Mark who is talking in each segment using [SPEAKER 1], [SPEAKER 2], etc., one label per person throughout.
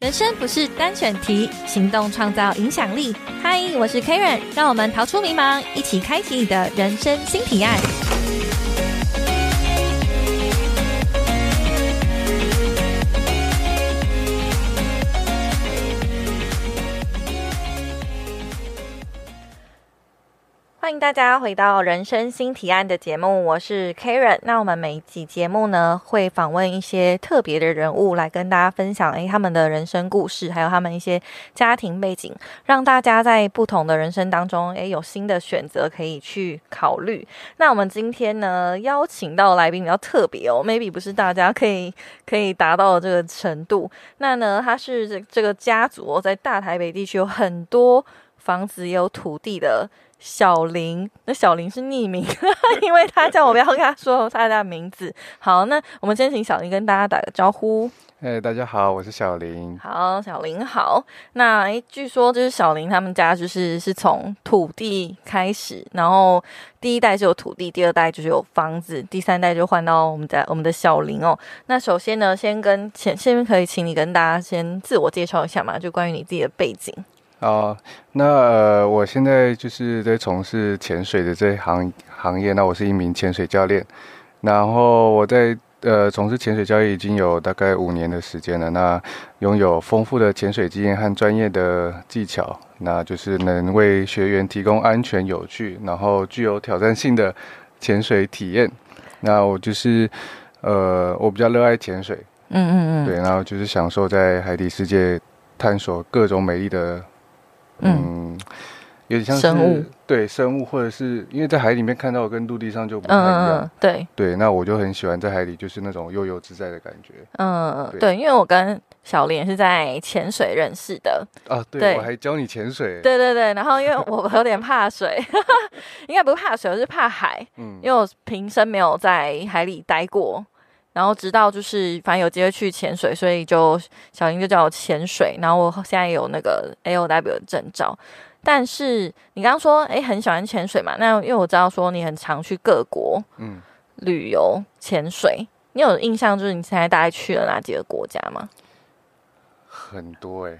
[SPEAKER 1] 人生不是单选题，行动创造影响力。嗨，我是 Karen，让我们逃出迷茫，一起开启你的人生新提案。欢迎大家回到《人生新提案》的节目，我是 Karen。那我们每一集节目呢，会访问一些特别的人物来跟大家分享，诶，他们的人生故事，还有他们一些家庭背景，让大家在不同的人生当中，诶，有新的选择可以去考虑。那我们今天呢，邀请到来宾比较特别哦，maybe 不是大家可以可以达到的这个程度。那呢，他是这这个家族、哦、在大台北地区有很多房子也有土地的小林，那小林是匿名， 因为他叫我不要跟他说他的名字。好，那我们先请小林跟大家打个招呼。
[SPEAKER 2] 哎，大家好，我是小林。
[SPEAKER 1] 好，小林好。那诶，据说就是小林他们家就是是从土地开始，然后第一代是有土地，第二代就是有房子，第三代就换到我们的我们的小林哦。那首先呢，先跟前先可以请你跟大家先自我介绍一下嘛，就关于你自己的背景。
[SPEAKER 2] 哦，那、呃、我现在就是在从事潜水的这一行行业，那我是一名潜水教练，然后我在呃从事潜水教练已经有大概五年的时间了，那拥有丰富的潜水经验和专业的技巧，那就是能为学员提供安全、有趣，然后具有挑战性的潜水体验。那我就是呃，我比较热爱潜水，
[SPEAKER 1] 嗯嗯嗯，
[SPEAKER 2] 对，然后就是享受在海底世界探索各种美丽的。嗯，有点像是
[SPEAKER 1] 生物
[SPEAKER 2] 对生物，或者是因为在海里面看到跟陆地上就不太一
[SPEAKER 1] 嗯
[SPEAKER 2] 样。
[SPEAKER 1] 嗯，对，
[SPEAKER 2] 对，那我就很喜欢在海里，就是那种悠游自在的感觉
[SPEAKER 1] 嗯
[SPEAKER 2] 对
[SPEAKER 1] 对，因为我跟小林是在潜水认识的，
[SPEAKER 2] 啊！对，
[SPEAKER 1] 对
[SPEAKER 2] 我还教你潜水。，
[SPEAKER 1] 对对对，然后因为我有点怕水， 应该不是怕水，我是怕海，
[SPEAKER 2] 嗯
[SPEAKER 1] 因为我平生没有在海里待过。然后直到就是反正有机会去潜水，所以就小林就叫我潜水。然后我现在有那个 A O W 的证照，但是你刚刚说诶很喜欢潜水嘛？那因为我知道说你很常去各国
[SPEAKER 2] 嗯，
[SPEAKER 1] 旅游潜水，你有印象就是你现在大概去了哪几个国家吗？
[SPEAKER 2] 很多哎、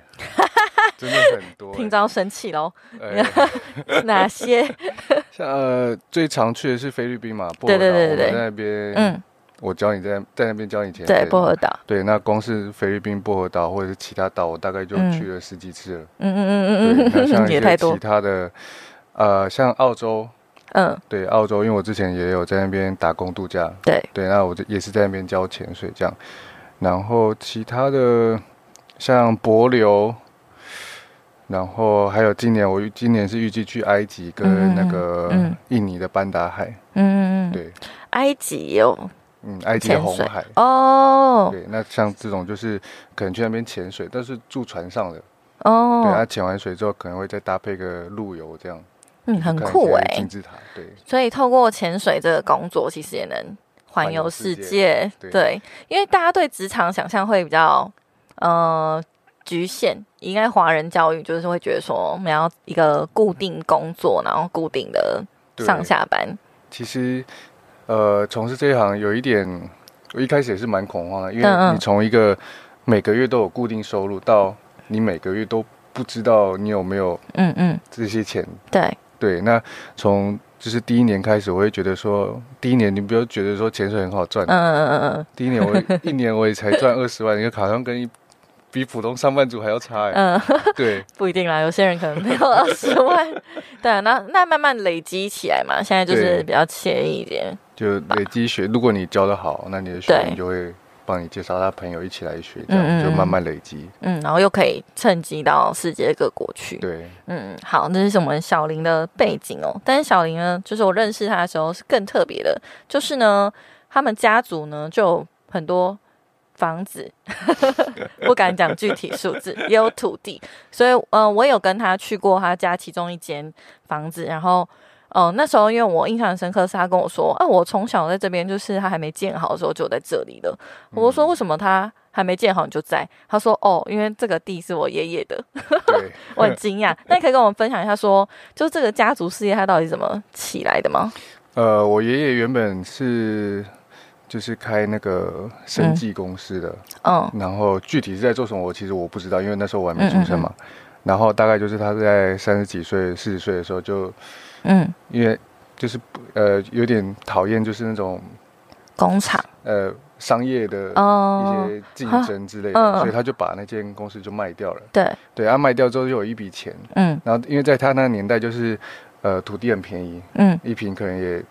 [SPEAKER 2] 真的很多、
[SPEAKER 1] 听
[SPEAKER 2] 欸。
[SPEAKER 1] 到生气喽，
[SPEAKER 2] 呃，
[SPEAKER 1] 哪 些？
[SPEAKER 2] 像呃，最常去的是菲律宾嘛，薄
[SPEAKER 1] 对
[SPEAKER 2] 荷岛，
[SPEAKER 1] 对对对
[SPEAKER 2] 我们在那边，
[SPEAKER 1] 嗯，
[SPEAKER 2] 我教你在在那边教你潜水。
[SPEAKER 1] 对，薄荷岛，
[SPEAKER 2] 对，那光是菲律宾薄荷岛或者是其他岛，我大概就
[SPEAKER 1] 嗯
[SPEAKER 2] 去了十几次了。
[SPEAKER 1] 嗯嗯嗯嗯
[SPEAKER 2] 对，那像
[SPEAKER 1] 嗯，
[SPEAKER 2] 一
[SPEAKER 1] 也
[SPEAKER 2] 些
[SPEAKER 1] 太多
[SPEAKER 2] 其，他的，呃，像澳洲，
[SPEAKER 1] 嗯，
[SPEAKER 2] 对，澳洲，因为我之前也有在那边打工度假，
[SPEAKER 1] 对，
[SPEAKER 2] 对，那我就也是在那边教潜水这样。然后其他的像帛琉，然后还有今年我预今年是预计去埃及跟
[SPEAKER 1] 嗯
[SPEAKER 2] 那个
[SPEAKER 1] 嗯
[SPEAKER 2] 印尼的班达海，
[SPEAKER 1] 嗯嗯嗯，
[SPEAKER 2] 对，
[SPEAKER 1] 埃及也有
[SPEAKER 2] 嗯，埃及的
[SPEAKER 1] 潜
[SPEAKER 2] 红
[SPEAKER 1] 水
[SPEAKER 2] 海。
[SPEAKER 1] 哦
[SPEAKER 2] 对，那像这种就是可能去那边潜水，但是住船上的，对，啊
[SPEAKER 1] 哦
[SPEAKER 2] 那，潜完水之后可能会再搭配个路由这样，
[SPEAKER 1] 嗯，很
[SPEAKER 2] 看一
[SPEAKER 1] 酷
[SPEAKER 2] 些
[SPEAKER 1] 哎、
[SPEAKER 2] 金字塔，对，
[SPEAKER 1] 所以透过潜水这个工作，其实也能环游世
[SPEAKER 2] 环游世
[SPEAKER 1] 界，
[SPEAKER 2] 对
[SPEAKER 1] 对，因为大家对职场想象会比较呃局限，应该华人教育就是会觉得说我们要一个固定工作，然后固定的
[SPEAKER 2] 对
[SPEAKER 1] 上下班，
[SPEAKER 2] 其实，呃，从事这一行有一点，我一开始也是蛮恐慌的，
[SPEAKER 1] 嗯
[SPEAKER 2] 因为
[SPEAKER 1] 嗯
[SPEAKER 2] 你从一个每个月都有固定收入，到你每个月都不知道你有没有
[SPEAKER 1] 嗯嗯，
[SPEAKER 2] 这些钱。
[SPEAKER 1] 对，
[SPEAKER 2] 对，那从就是第一年开始，我会觉得说，第一年你不要觉得说潜水很好赚，
[SPEAKER 1] 嗯嗯嗯嗯
[SPEAKER 2] 第一年我一年我也才赚二十万，你好像跟一比普通上班族还要差、欸。
[SPEAKER 1] 嗯。
[SPEAKER 2] 对，
[SPEAKER 1] 不一定啦，有些人可能没有二十万，对啊，那那慢慢累积起来嘛，现在就是
[SPEAKER 2] 对
[SPEAKER 1] 比较惬意一点，
[SPEAKER 2] 就累积学，如果你教的好，那你的学
[SPEAKER 1] 对
[SPEAKER 2] 员就会帮你介绍他朋友一起来学，这
[SPEAKER 1] 嗯嗯
[SPEAKER 2] 样就
[SPEAKER 1] 嗯
[SPEAKER 2] 慢慢累积。
[SPEAKER 1] 嗯，然后又可以趁机到世界各国去，
[SPEAKER 2] 对。
[SPEAKER 1] 嗯，好，这是我们小林的背景哦。但是小林呢，就是我认识他的时候是更特别的，就是呢，他们家族呢就有很多房子， 不敢讲具体数字，也有土地，所以呃，我有跟他去过他家其中一间房子，然后。哦、那时候因为我印象很深刻，是他跟我说啊，我从小在这边，就是他还没建好的时候就在这里了。我说为什么他还没建好你就在？他说哦，因为这个地是我爷爷的。
[SPEAKER 2] 对，
[SPEAKER 1] 我很惊讶。那你可以跟我们分享一下说，就这个家族事业它到底怎么起来的吗？
[SPEAKER 2] 呃，我爷爷原本是就是开那个生计公司的，
[SPEAKER 1] 嗯
[SPEAKER 2] 然后具体是在做什么，我其实我不知道，因为那时候我还没出生
[SPEAKER 1] 嗯
[SPEAKER 2] 嘛。然后大概就是他在三十几岁、四十岁的时候就，
[SPEAKER 1] 嗯，
[SPEAKER 2] 因为就是呃有点讨厌，就是那种
[SPEAKER 1] 工厂
[SPEAKER 2] 呃商业的
[SPEAKER 1] 哦
[SPEAKER 2] 一，些竞争之类的，
[SPEAKER 1] 嗯嗯
[SPEAKER 2] 所以他就把那间公司就卖掉了。
[SPEAKER 1] 对，
[SPEAKER 2] 对，他、卖掉之后就有一笔钱，
[SPEAKER 1] 嗯
[SPEAKER 2] 然后因为在他那个年代就是呃土地很便宜，
[SPEAKER 1] 嗯，
[SPEAKER 2] 一平可能也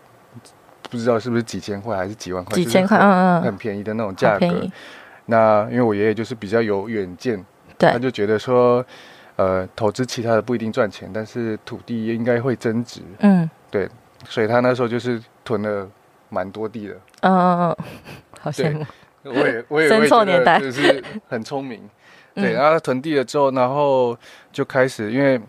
[SPEAKER 2] 不知道是不是几千块还是几万块，
[SPEAKER 1] 几千块，
[SPEAKER 2] 就是
[SPEAKER 1] 嗯
[SPEAKER 2] 很
[SPEAKER 1] 嗯
[SPEAKER 2] 很便宜的那种
[SPEAKER 1] 嗯，
[SPEAKER 2] 价
[SPEAKER 1] 好便
[SPEAKER 2] 格
[SPEAKER 1] 宜。，
[SPEAKER 2] 那因为我爷爷就是比较有远见，他
[SPEAKER 1] 对，
[SPEAKER 2] 就觉得说，呃，投资其他的不一定赚钱，但是土地应该会增值，
[SPEAKER 1] 嗯
[SPEAKER 2] 所以他那时候就是囤了蛮多地的。
[SPEAKER 1] 嗯嗯，嗯好
[SPEAKER 2] 对
[SPEAKER 1] 羡慕，
[SPEAKER 2] 我也我 也
[SPEAKER 1] 生
[SPEAKER 2] 会
[SPEAKER 1] 错
[SPEAKER 2] 觉
[SPEAKER 1] 年代
[SPEAKER 2] 得就是很聪 明，
[SPEAKER 1] 嗯
[SPEAKER 2] 对。然后他囤地了之后，然后就开始，因为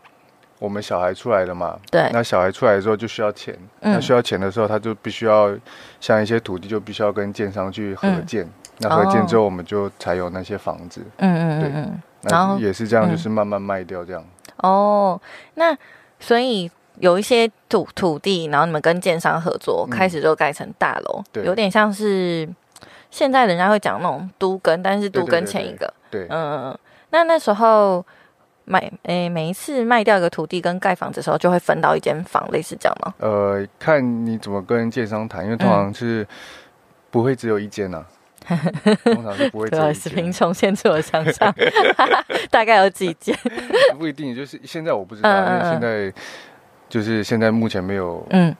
[SPEAKER 2] 我们小孩出来了嘛，
[SPEAKER 1] 对，
[SPEAKER 2] 那小孩出来之后就需要钱，
[SPEAKER 1] 嗯
[SPEAKER 2] 那需要钱的时候，他就必须要像一些土地就必须要跟建商去合建，那合建之后我们就才有那些房子，
[SPEAKER 1] 嗯嗯
[SPEAKER 2] 对
[SPEAKER 1] 嗯嗯，哦然
[SPEAKER 2] 那
[SPEAKER 1] 后
[SPEAKER 2] 也是这样，
[SPEAKER 1] 嗯
[SPEAKER 2] 就是慢慢卖掉这样。
[SPEAKER 1] 哦，那所以有一些土土地，然后你们跟建商合作，
[SPEAKER 2] 嗯
[SPEAKER 1] 开始就盖成大楼，
[SPEAKER 2] 对
[SPEAKER 1] 有点像是现在人家会讲那种都跟，但是
[SPEAKER 2] 对
[SPEAKER 1] 都
[SPEAKER 2] 对
[SPEAKER 1] 跟
[SPEAKER 2] 对
[SPEAKER 1] 前
[SPEAKER 2] 对
[SPEAKER 1] 一个，
[SPEAKER 2] 对，
[SPEAKER 1] 嗯嗯嗯。那那时候买诶、每一次卖掉一个土地跟盖房子的时候，就会分到一间房，类似这样吗？
[SPEAKER 2] 呃，看你怎么跟建商谈，因
[SPEAKER 1] 嗯
[SPEAKER 2] 为通常是不会只有一间呐、啊通常是不会只
[SPEAKER 1] 对
[SPEAKER 2] 有
[SPEAKER 1] 啊，
[SPEAKER 2] 一
[SPEAKER 1] 是贫
[SPEAKER 2] 间，
[SPEAKER 1] 穷限制我想象， 大概有几间？
[SPEAKER 2] 啊不一定。就是现在我不知道，
[SPEAKER 1] 嗯
[SPEAKER 2] 啊
[SPEAKER 1] 嗯
[SPEAKER 2] 因为
[SPEAKER 1] 嗯
[SPEAKER 2] 现在就是现在目前没有
[SPEAKER 1] 嗯，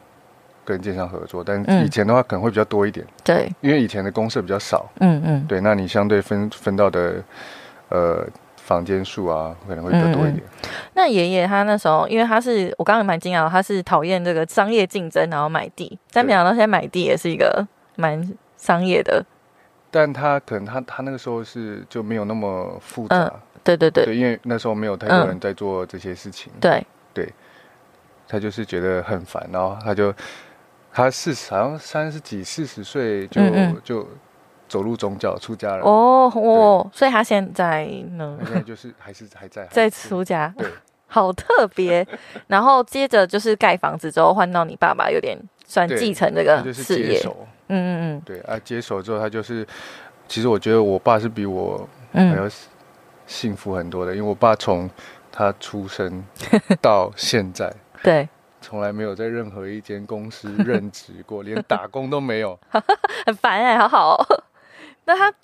[SPEAKER 2] 跟建商合作，但
[SPEAKER 1] 嗯
[SPEAKER 2] 以前的话可能会比较多一点，
[SPEAKER 1] 对，
[SPEAKER 2] 因为以前的公社比较少。
[SPEAKER 1] 嗯嗯。
[SPEAKER 2] 对，那你相对分分到的呃房间数啊，可能会比较
[SPEAKER 1] 嗯
[SPEAKER 2] 多一点。
[SPEAKER 1] 那爷爷他那时候，因为他是我刚刚也蛮惊讶的，他是讨厌这个商业竞争，然后买地，但没想到现在买地也是一个蛮商业的，
[SPEAKER 2] 但他可能他他那个时候是就没有那么复杂，
[SPEAKER 1] 对对嗯对
[SPEAKER 2] 对，因为那时候没有太
[SPEAKER 1] 嗯
[SPEAKER 2] 多人在做这些事情，
[SPEAKER 1] 对，
[SPEAKER 2] 他就是觉得很烦，然后他就他四十好像三十几四十岁就
[SPEAKER 1] 嗯嗯
[SPEAKER 2] 就走入宗教出家了，
[SPEAKER 1] 哦哦，所以他现在呢
[SPEAKER 2] 他现在就是还是还在
[SPEAKER 1] 在
[SPEAKER 2] 出，
[SPEAKER 1] 苏家，
[SPEAKER 2] 对，
[SPEAKER 1] 好特别。然后接着就是盖房子之后，换到你爸爸有点算
[SPEAKER 2] 对
[SPEAKER 1] 继承这
[SPEAKER 2] 他
[SPEAKER 1] 个
[SPEAKER 2] 就是
[SPEAKER 1] 事
[SPEAKER 2] 接
[SPEAKER 1] 业，
[SPEAKER 2] 手，
[SPEAKER 1] 嗯嗯
[SPEAKER 2] 对啊，接手之后他就是，其实我觉得我爸是比我还
[SPEAKER 1] 嗯嗯，
[SPEAKER 2] 要幸福很多的，因为我爸从他出生到现在，
[SPEAKER 1] 对，
[SPEAKER 2] 从来没有在任何一间公司任职过，连打工都没有。
[SPEAKER 1] 很烦哎、好好、哦。那他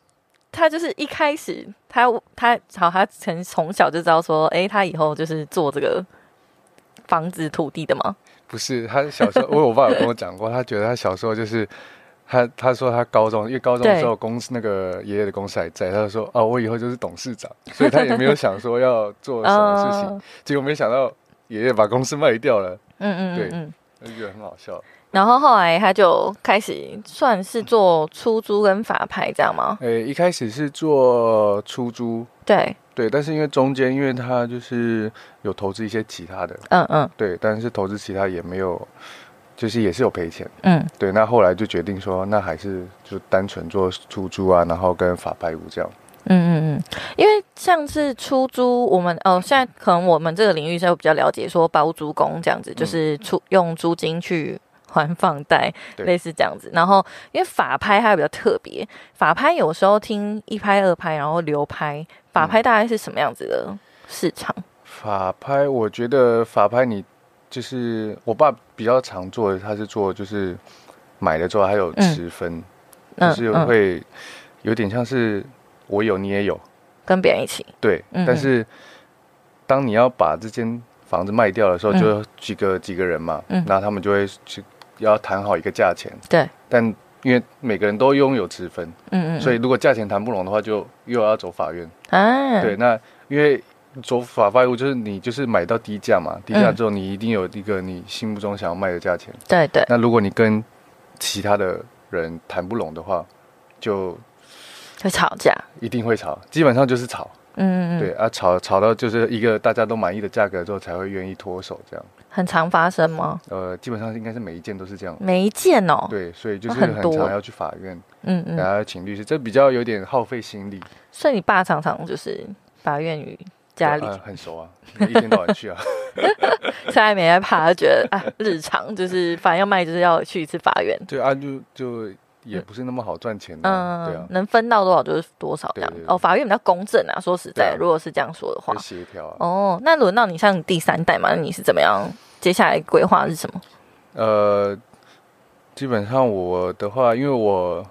[SPEAKER 1] 他就是一开始他他好，他从从小就知道说，哎、他以后就是做这个房子土地的嘛。
[SPEAKER 2] 不是他小时候，因为我爸有跟我讲过，他觉得他小时候就是。他他说他高中，因为高中的时候公司那个爷爷的公司还在，他就说哦，我以后就是董事长，所以他也没有想说要做什么事情，
[SPEAKER 1] 嗯
[SPEAKER 2] 结果没想到爷爷把公司卖掉了，
[SPEAKER 1] 嗯嗯
[SPEAKER 2] 对
[SPEAKER 1] 嗯。
[SPEAKER 2] 我就觉得很好笑。
[SPEAKER 1] 然后后来他就开始算是做出租跟法拍，这样吗？
[SPEAKER 2] 诶、一开始是做出租，
[SPEAKER 1] 对，
[SPEAKER 2] 对，但是因为中间，因为他就是有投资一些其他的，
[SPEAKER 1] 嗯嗯
[SPEAKER 2] 对，但是投资其他也没有，就是也是有赔钱，
[SPEAKER 1] 嗯
[SPEAKER 2] 对。那后来就决定说，那还是就单纯做出租啊，然后跟法拍屋这样。
[SPEAKER 1] 嗯嗯嗯。因为像是出租，我们哦，现在可能我们这个领域是会比较了解，说包租公这样子，就是出用租金去还房贷，
[SPEAKER 2] 嗯对
[SPEAKER 1] 类似这样子。然后因为法拍它比较特别，法拍有时候听一拍、二拍，然后流拍，法拍大概是什么样子的市场？
[SPEAKER 2] 法拍，我觉得法拍你就是我爸比较常做的，他是做就是买了之后还有
[SPEAKER 1] 嗯
[SPEAKER 2] 持分，
[SPEAKER 1] 嗯
[SPEAKER 2] 就是
[SPEAKER 1] 嗯，
[SPEAKER 2] 会有点像是我有你也有，
[SPEAKER 1] 跟别人一起，
[SPEAKER 2] 对，
[SPEAKER 1] 嗯
[SPEAKER 2] 但是当你要把这间房子卖掉的时候，
[SPEAKER 1] 嗯
[SPEAKER 2] 就有几个几个人嘛，
[SPEAKER 1] 嗯
[SPEAKER 2] 然后他们就会去要谈好一个价钱，
[SPEAKER 1] 对，
[SPEAKER 2] 但因为每个人都拥有持分，
[SPEAKER 1] 嗯嗯，
[SPEAKER 2] 所
[SPEAKER 1] 以
[SPEAKER 2] 以如果价钱谈不拢的话，就又要走法院。
[SPEAKER 1] 啊，
[SPEAKER 2] 对，那因为走法外务就是你就是买到低价嘛，低
[SPEAKER 1] 嗯
[SPEAKER 2] 价之后你一定有一个你心目中想要卖的价钱。
[SPEAKER 1] 对对，
[SPEAKER 2] 那如果你跟其他的人谈不拢的话，就
[SPEAKER 1] 会吵架，
[SPEAKER 2] 一定会吵，基本上就是吵。
[SPEAKER 1] 嗯嗯嗯，
[SPEAKER 2] 对啊，吵吵到就是一个大家都满意的价格之后，才会愿意脱手这样。
[SPEAKER 1] 很常发生吗？
[SPEAKER 2] 呃，基本上应该是每一件都是这样。
[SPEAKER 1] 没见哦，
[SPEAKER 2] 对，啊所以就是
[SPEAKER 1] 很
[SPEAKER 2] 很
[SPEAKER 1] 多
[SPEAKER 2] 常要去法院，
[SPEAKER 1] 嗯嗯
[SPEAKER 2] 然，后要请律师，这比较有点耗费心力。
[SPEAKER 1] 所以你爸常常就是法院与家里
[SPEAKER 2] 对，啊很熟啊，一天到晚去啊。
[SPEAKER 1] 现在没在怕，他觉得啊，日常就是反正要卖，就是要去一次法院。
[SPEAKER 2] 对啊，就就也不是那么好赚钱的、
[SPEAKER 1] 嗯，
[SPEAKER 2] 对啊，
[SPEAKER 1] 能分到多少就是多少这样。
[SPEAKER 2] 对对对
[SPEAKER 1] 哦，法院比较公正啊，说实在，
[SPEAKER 2] 对啊
[SPEAKER 1] 如果是这样说的话
[SPEAKER 2] 会，协调啊。
[SPEAKER 1] 哦，那轮到你像你第三代嘛，那你是怎么样？接下来规划是什么？
[SPEAKER 2] 呃，基本上我的话，因为我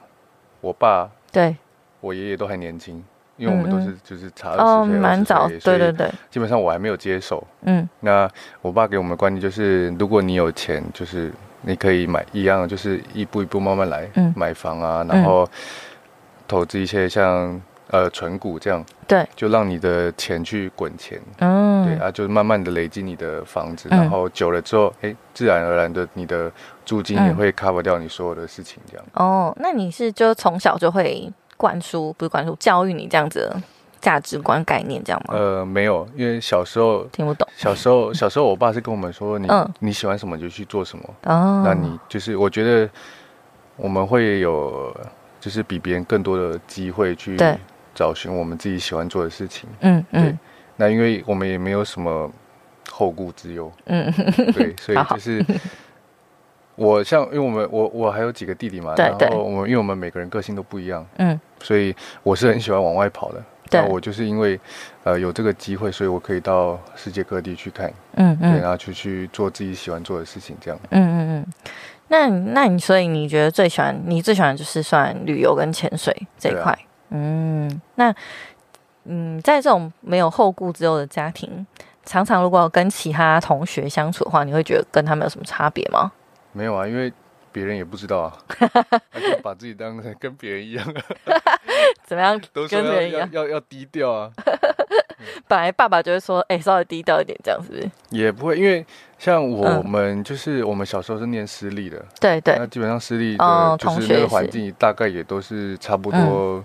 [SPEAKER 2] 我爸、
[SPEAKER 1] 对，
[SPEAKER 2] 我爷爷都还年轻，因为我们
[SPEAKER 1] 嗯嗯
[SPEAKER 2] 都是啊就是差二
[SPEAKER 1] 哦，
[SPEAKER 2] 十岁，
[SPEAKER 1] 蛮早，
[SPEAKER 2] 20岁
[SPEAKER 1] 对对，对，
[SPEAKER 2] 所以基本上我还没有接手。
[SPEAKER 1] 嗯，
[SPEAKER 2] 那我爸给我们的观念就是，如果你有钱，就是你可以买一样，就是一步一步慢慢来，
[SPEAKER 1] 嗯
[SPEAKER 2] 买房啊，然后投资一些像呃存股这样，
[SPEAKER 1] 对，
[SPEAKER 2] 就让你的钱去滚钱，对
[SPEAKER 1] 嗯，
[SPEAKER 2] 啊，就是慢慢的累积你的房子，
[SPEAKER 1] 嗯
[SPEAKER 2] 然后久了之后，哎，自然而然的你的租金
[SPEAKER 1] 嗯
[SPEAKER 2] 也会 cover 掉你所有的事情，这样。
[SPEAKER 1] 哦，那你是就从小就会灌输，不是灌输，教育你这样子的价值观概念这样吗？
[SPEAKER 2] 呃，没有，因为小时候。
[SPEAKER 1] 听不懂
[SPEAKER 2] 小时候，小时候，我爸是跟我们说，你、
[SPEAKER 1] 嗯
[SPEAKER 2] 你喜欢什么就去做什么，
[SPEAKER 1] 哦，
[SPEAKER 2] 那你就是我觉得我们会有就是比别人更多的机会去
[SPEAKER 1] 对
[SPEAKER 2] 找寻我们自己喜欢做的事情。
[SPEAKER 1] 嗯嗯
[SPEAKER 2] 那因为我们也没有什么后顾 之忧，
[SPEAKER 1] 嗯，
[SPEAKER 2] 对，所以
[SPEAKER 1] 好好
[SPEAKER 2] 就是我像因为我们我我还有几个弟弟嘛，
[SPEAKER 1] 对对
[SPEAKER 2] 然后我们因为我们每个人个性都不一样，
[SPEAKER 1] 嗯，
[SPEAKER 2] 所以我是很喜欢往外跑的。
[SPEAKER 1] 对
[SPEAKER 2] 那，我就是因为呃有这个机会，所以我可以到世界各地去看，
[SPEAKER 1] 嗯
[SPEAKER 2] 对，
[SPEAKER 1] 嗯
[SPEAKER 2] 然后去去做自己喜欢做的事情，这样。
[SPEAKER 1] 嗯嗯嗯。那你那你所以你觉得最喜欢你最喜欢就是算旅游跟潜水这一
[SPEAKER 2] 对啊
[SPEAKER 1] 块，嗯，那嗯，在这种没有后顾之忧的家庭，常常如果跟其他同学相处的话，你会觉得跟他们有什么差别 吗？
[SPEAKER 2] 没有啊，因为别人也不知道 啊，他就把自己当成跟别人一样 啊，
[SPEAKER 1] 怎么样？
[SPEAKER 2] 都说
[SPEAKER 1] 跟别人一
[SPEAKER 2] 要要
[SPEAKER 1] 样
[SPEAKER 2] 要要低调啊，
[SPEAKER 1] 本来爸爸就会说，哎、稍微低调一点，这样是不是？
[SPEAKER 2] 也不会，因为像我
[SPEAKER 1] 嗯
[SPEAKER 2] 们就是我们小时候是念私立的，
[SPEAKER 1] 对对
[SPEAKER 2] 那，基本上私立
[SPEAKER 1] 哦
[SPEAKER 2] 的就
[SPEAKER 1] 同
[SPEAKER 2] 是
[SPEAKER 1] 学
[SPEAKER 2] 那
[SPEAKER 1] 也
[SPEAKER 2] 个环
[SPEAKER 1] 是
[SPEAKER 2] 境大概也都是差不多，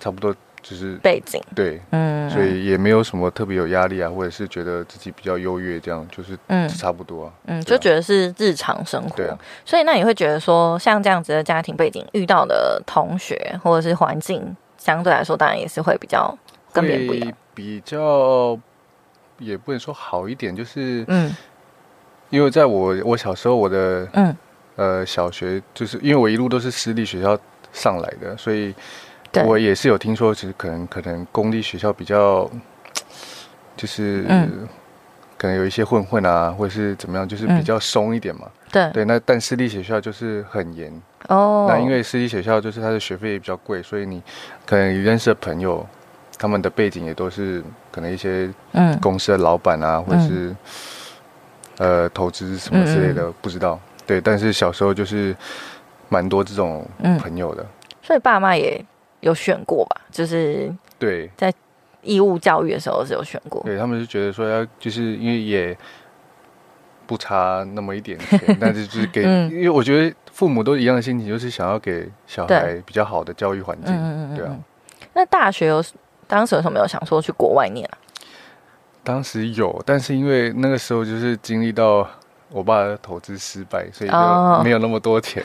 [SPEAKER 2] 差不多就是
[SPEAKER 1] 背景，
[SPEAKER 2] 对，
[SPEAKER 1] 嗯，
[SPEAKER 2] 所以也没有什么特别有压力啊，或者是觉得自己比较优越这样，就是
[SPEAKER 1] 嗯哦
[SPEAKER 2] 差不多啊。
[SPEAKER 1] 嗯，
[SPEAKER 2] 对
[SPEAKER 1] 就
[SPEAKER 2] 啊
[SPEAKER 1] 觉得是日常生活。
[SPEAKER 2] 对啊
[SPEAKER 1] 所以那你会觉得说，像这样子的家庭背景遇到的同学或者是环境，相对来说当然也是会比较跟别人不一样
[SPEAKER 2] 会。比较也不能说好一点，就是
[SPEAKER 1] 嗯
[SPEAKER 2] 因为在我我小时候我的
[SPEAKER 1] 嗯，
[SPEAKER 2] 呃，小学就是因为我一路都是私立学校上来的，所以
[SPEAKER 1] 对，
[SPEAKER 2] 我也是有听说，其实可能可能公立学校比较，就是、
[SPEAKER 1] 嗯
[SPEAKER 2] 可能有一些混混啊，或者是怎么样，就是比较松一点嘛。
[SPEAKER 1] 对
[SPEAKER 2] 对，那但私立学校就是很严。
[SPEAKER 1] 哦，
[SPEAKER 2] 那因为私立学校就是它的学费也比较贵，所以你可能你认识的朋友，他们的背景也都是可能一些
[SPEAKER 1] 嗯
[SPEAKER 2] 公司的老板啊，或者是、呃投资什么之类
[SPEAKER 1] 嗯
[SPEAKER 2] 的，不知道。对，但是小时候就是蛮多这种
[SPEAKER 1] 嗯，
[SPEAKER 2] 朋友的。
[SPEAKER 1] 所以爸妈也有选过吧，就是
[SPEAKER 2] 对，
[SPEAKER 1] 义务教育的时候是有选过。
[SPEAKER 2] 对他们是觉得说要就是因为也不差那么一 点钱，但是就是给，
[SPEAKER 1] 嗯
[SPEAKER 2] 因为我觉得父母都一样的心情，就是想要给小孩比较好的教育环境。
[SPEAKER 1] 嗯嗯嗯
[SPEAKER 2] 对啊
[SPEAKER 1] 嗯。那大学有当时有什么有想说去国外念啊？
[SPEAKER 2] 当时有，但是因为那个时候就是经历到我爸的投资失败，所以
[SPEAKER 1] 哦
[SPEAKER 2] 就没有那么 多钱。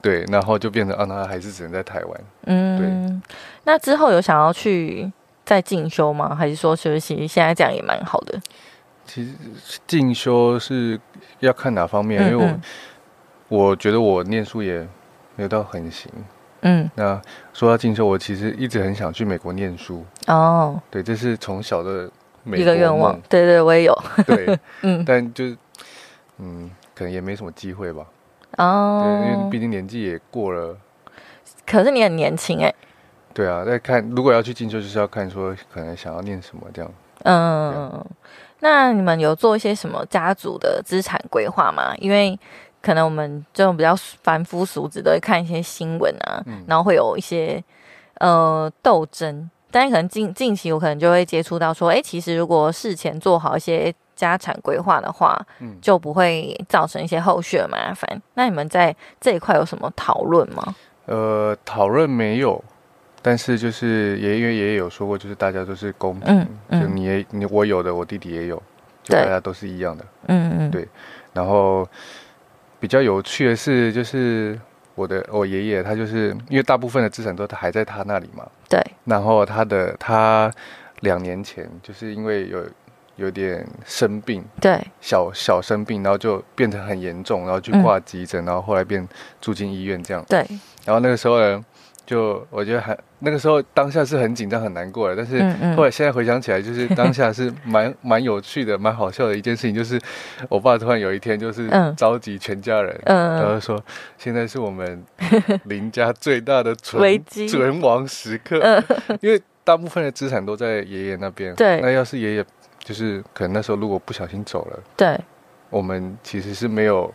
[SPEAKER 2] 对，然后就变成啊，那还是只能在台湾。
[SPEAKER 1] 嗯，那之后有想要去再进修吗？还是说学习现在这样也蛮好的？
[SPEAKER 2] 其实进修是要看哪方面，因为
[SPEAKER 1] 嗯
[SPEAKER 2] 我我觉得我念书也没有到很行。
[SPEAKER 1] 嗯
[SPEAKER 2] 那说到进修，我其实一直很想去美国念书，
[SPEAKER 1] 嗯哦，
[SPEAKER 2] 对，这是从小的美
[SPEAKER 1] 一
[SPEAKER 2] 国
[SPEAKER 1] 个愿望
[SPEAKER 2] 梦，，
[SPEAKER 1] 对对，我也有，
[SPEAKER 2] 对，
[SPEAKER 1] 嗯
[SPEAKER 2] 但就是嗯，可能也没什么机会吧，对，因为
[SPEAKER 1] 哦
[SPEAKER 2] 毕，竟年纪也过了，
[SPEAKER 1] 可是你很年轻哎、
[SPEAKER 2] 对啊，在看如果要去进修，就是要看说可能想要念什么这样。
[SPEAKER 1] 嗯，那你们有做一些什么家族的资产规划吗？因为可能我们这种比较凡夫俗子都会看一些新闻啊，
[SPEAKER 2] 嗯
[SPEAKER 1] 然后会有一些呃斗争，但是可能近近期我可能就会接触到说，哎，其实如果事前做好一些家产规划的话，
[SPEAKER 2] 嗯，
[SPEAKER 1] 就不会造成一些后续的麻烦。那你们在这一块有什么讨论吗？
[SPEAKER 2] 呃，讨论没有，但是就是也因为也有说过，就是大家都是公平，
[SPEAKER 1] 嗯嗯
[SPEAKER 2] 就你也你我有的，我弟弟也有，就
[SPEAKER 1] 对
[SPEAKER 2] 大家都是一样的。
[SPEAKER 1] 嗯嗯，
[SPEAKER 2] 对然后比较有趣的是，就是我的我爷爷他就是因为大部分的资产都还在他那里嘛，
[SPEAKER 1] 对，
[SPEAKER 2] 然后他的他两年前就是因为有有点生病，
[SPEAKER 1] 对，
[SPEAKER 2] 小小生病，然后就变得很严重，然后去
[SPEAKER 1] 嗯
[SPEAKER 2] 挂急诊，然后后来变住进医院这样。
[SPEAKER 1] 对，
[SPEAKER 2] 然后那个时候呢，就我觉得很那个时候当下是很紧张很难过的，但是
[SPEAKER 1] 嗯嗯
[SPEAKER 2] 后来现在回想起来，就是当下是蛮 蛮有趣的、蛮好笑的一件事情，就是我爸突然有一天就是
[SPEAKER 1] 嗯
[SPEAKER 2] 召集全家人，
[SPEAKER 1] 嗯
[SPEAKER 2] 然后说现在是我 们林家最大的存
[SPEAKER 1] 危机嗯
[SPEAKER 2] 存亡时刻，因为大部分的资产都在爷爷那边，
[SPEAKER 1] 对
[SPEAKER 2] 那要是爷爷就是可能那时候如果不小心走了，
[SPEAKER 1] 对，
[SPEAKER 2] 我们其实是没有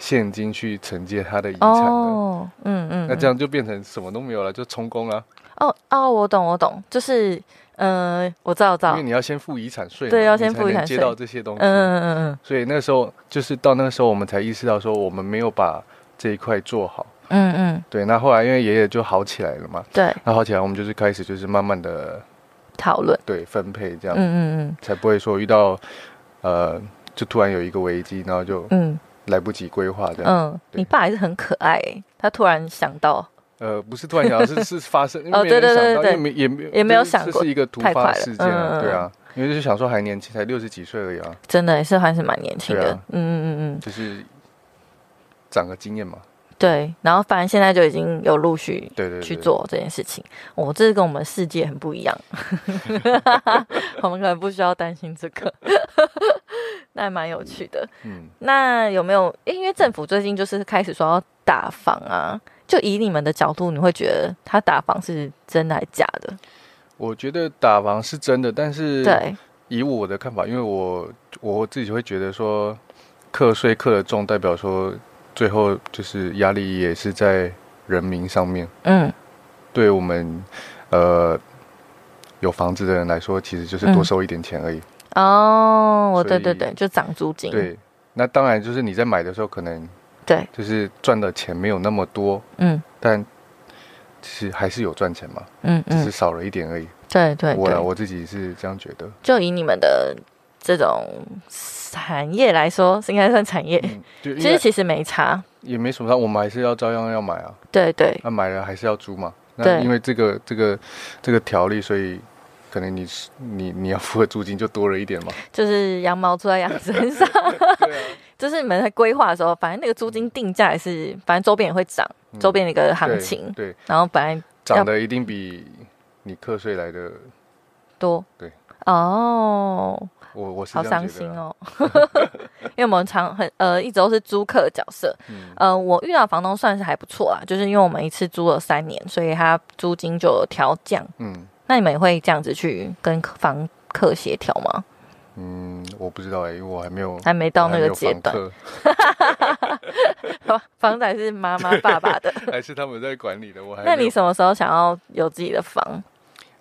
[SPEAKER 2] 现金去承接他的遗产的。
[SPEAKER 1] 哦，嗯嗯，
[SPEAKER 2] 那这样就变成什么都没有了，就充公了，
[SPEAKER 1] 嗯，哦哦，我懂我懂，就是，嗯、我知道我知道，
[SPEAKER 2] 因为
[SPEAKER 1] 嗯
[SPEAKER 2] 你要先付遗产税嘛，
[SPEAKER 1] 对要
[SPEAKER 2] 你
[SPEAKER 1] 先
[SPEAKER 2] 才
[SPEAKER 1] 付遗
[SPEAKER 2] 能
[SPEAKER 1] 产
[SPEAKER 2] 接
[SPEAKER 1] 税
[SPEAKER 2] 到这些东
[SPEAKER 1] 嗯
[SPEAKER 2] 西，
[SPEAKER 1] 嗯嗯
[SPEAKER 2] 所以那时候就是到那个时候，我们才意识到说我们没有把这一块做好。
[SPEAKER 1] 嗯嗯，
[SPEAKER 2] 对，那后来因为爷爷就好起来了嘛，
[SPEAKER 1] 对，
[SPEAKER 2] 那好起来，我们就是开始就是慢慢的
[SPEAKER 1] 讨论，
[SPEAKER 2] 对分配
[SPEAKER 1] 嗯
[SPEAKER 2] 这样，
[SPEAKER 1] 嗯
[SPEAKER 2] 才不会说遇到呃就突然有一个危机，然后就
[SPEAKER 1] 嗯
[SPEAKER 2] 来不及规划这
[SPEAKER 1] 嗯
[SPEAKER 2] 样。
[SPEAKER 1] 嗯，
[SPEAKER 2] 对
[SPEAKER 1] 你爸还是很可爱、欸，他突然想到，
[SPEAKER 2] 呃，不是突然想到，是是发生，因为
[SPEAKER 1] 哦
[SPEAKER 2] 没人
[SPEAKER 1] 对对
[SPEAKER 2] 想
[SPEAKER 1] 对
[SPEAKER 2] 到，
[SPEAKER 1] 对
[SPEAKER 2] 因为没也没
[SPEAKER 1] 也没有
[SPEAKER 2] 这
[SPEAKER 1] 想过
[SPEAKER 2] 这是一个突
[SPEAKER 1] 太快
[SPEAKER 2] 发
[SPEAKER 1] 了
[SPEAKER 2] 事件
[SPEAKER 1] 嗯嗯
[SPEAKER 2] 啊，
[SPEAKER 1] 嗯
[SPEAKER 2] 对啊，因为就是想说还年轻，才六十几岁而已啊，
[SPEAKER 1] 真的也是还是蛮年轻
[SPEAKER 2] 对
[SPEAKER 1] 的，
[SPEAKER 2] 啊
[SPEAKER 1] 嗯嗯嗯嗯，
[SPEAKER 2] 就是长个经验嘛。
[SPEAKER 1] 对，然后反正现在就已经有陆续
[SPEAKER 2] 对对对，
[SPEAKER 1] 去做这件事情。我、这跟我们世界很不一样， 我们可能不需要担心这个， 那还蛮有趣的。
[SPEAKER 2] 嗯，
[SPEAKER 1] 那有没有？因为政府最近就是开始说要打房啊，就以你们的角度，你会觉得他打房是真的还是假的？
[SPEAKER 2] 我觉得打房是真的，但是
[SPEAKER 1] 对，
[SPEAKER 2] 以我的看法，因为我我自己会觉得说，课税课的重，代表说最后就是压力也是在人民上面。
[SPEAKER 1] 嗯
[SPEAKER 2] 对我们呃有房子的人来说，其实就是
[SPEAKER 1] 嗯
[SPEAKER 2] 多收一点钱而已。
[SPEAKER 1] 哦，我对
[SPEAKER 2] 所以
[SPEAKER 1] 对对，就涨租金，
[SPEAKER 2] 对，那当然就是你在买的时候，可能
[SPEAKER 1] 对
[SPEAKER 2] 就是赚的钱没有那么多，
[SPEAKER 1] 嗯
[SPEAKER 2] 但其实还是有赚钱嘛，
[SPEAKER 1] 嗯
[SPEAKER 2] 只是
[SPEAKER 1] 嗯，
[SPEAKER 2] 少了一点而已。
[SPEAKER 1] 对对
[SPEAKER 2] 我啦
[SPEAKER 1] 对，
[SPEAKER 2] 我自己是这样觉得。
[SPEAKER 1] 就以你们的这种产业来说，应该算产业，
[SPEAKER 2] 嗯，就
[SPEAKER 1] 其
[SPEAKER 2] 因
[SPEAKER 1] 实
[SPEAKER 2] 为
[SPEAKER 1] 其实没差，
[SPEAKER 2] 也没什么差，我们还是要照样要买啊，
[SPEAKER 1] 对对
[SPEAKER 2] 那、买了还是要租嘛。那
[SPEAKER 1] 对
[SPEAKER 2] 因为这个这个这个条例，所以可能你是你你要付的租金就多了一点嘛。
[SPEAKER 1] 就是羊毛出在羊身上，
[SPEAKER 2] 对啊，
[SPEAKER 1] 就是你们在规划的时候，反正那个租金定价也是，反正周边也会涨，
[SPEAKER 2] 嗯
[SPEAKER 1] 周边的一个行
[SPEAKER 2] 对
[SPEAKER 1] 情，
[SPEAKER 2] 对
[SPEAKER 1] 然后本来
[SPEAKER 2] 涨的一定比你课税来的，
[SPEAKER 1] 多，
[SPEAKER 2] 对，
[SPEAKER 1] 哦，
[SPEAKER 2] 我我是
[SPEAKER 1] 好
[SPEAKER 2] 这样
[SPEAKER 1] 伤
[SPEAKER 2] 觉
[SPEAKER 1] 心
[SPEAKER 2] 得啊。
[SPEAKER 1] 哦， 因为我们常很呃一直都是租客的角色，
[SPEAKER 2] 嗯
[SPEAKER 1] 呃，我遇到房东算是还不错啦，就是因为我们一次租了三年，所以他租金就有调降。
[SPEAKER 2] 嗯
[SPEAKER 1] 那你们也会这样子去跟房客协调吗？
[SPEAKER 2] 嗯，我不知道哎、因为我还没有
[SPEAKER 1] 还没到那个阶段，
[SPEAKER 2] 段，
[SPEAKER 1] 房子还是妈妈爸爸的。
[SPEAKER 2] 还是他们在管理的。我还
[SPEAKER 1] 那
[SPEAKER 2] 没有
[SPEAKER 1] 你什么时候想要有自己的房？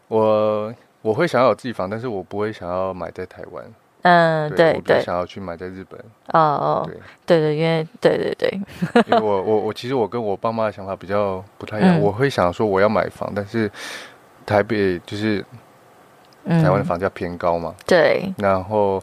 [SPEAKER 2] 我我会想要有自己房，但是我不会想要买在台湾。
[SPEAKER 1] 嗯，对
[SPEAKER 2] 我比较
[SPEAKER 1] 对，
[SPEAKER 2] 想要去买在日本。
[SPEAKER 1] 哦，
[SPEAKER 2] 对，
[SPEAKER 1] 对对，因为对对对，
[SPEAKER 2] 因为我我我其实我跟我爸妈的想法比较不太一样，
[SPEAKER 1] 嗯
[SPEAKER 2] 我会想说我要买房，但是台北就是
[SPEAKER 1] 嗯，
[SPEAKER 2] 台湾的房价偏高嘛，
[SPEAKER 1] 对，
[SPEAKER 2] 然后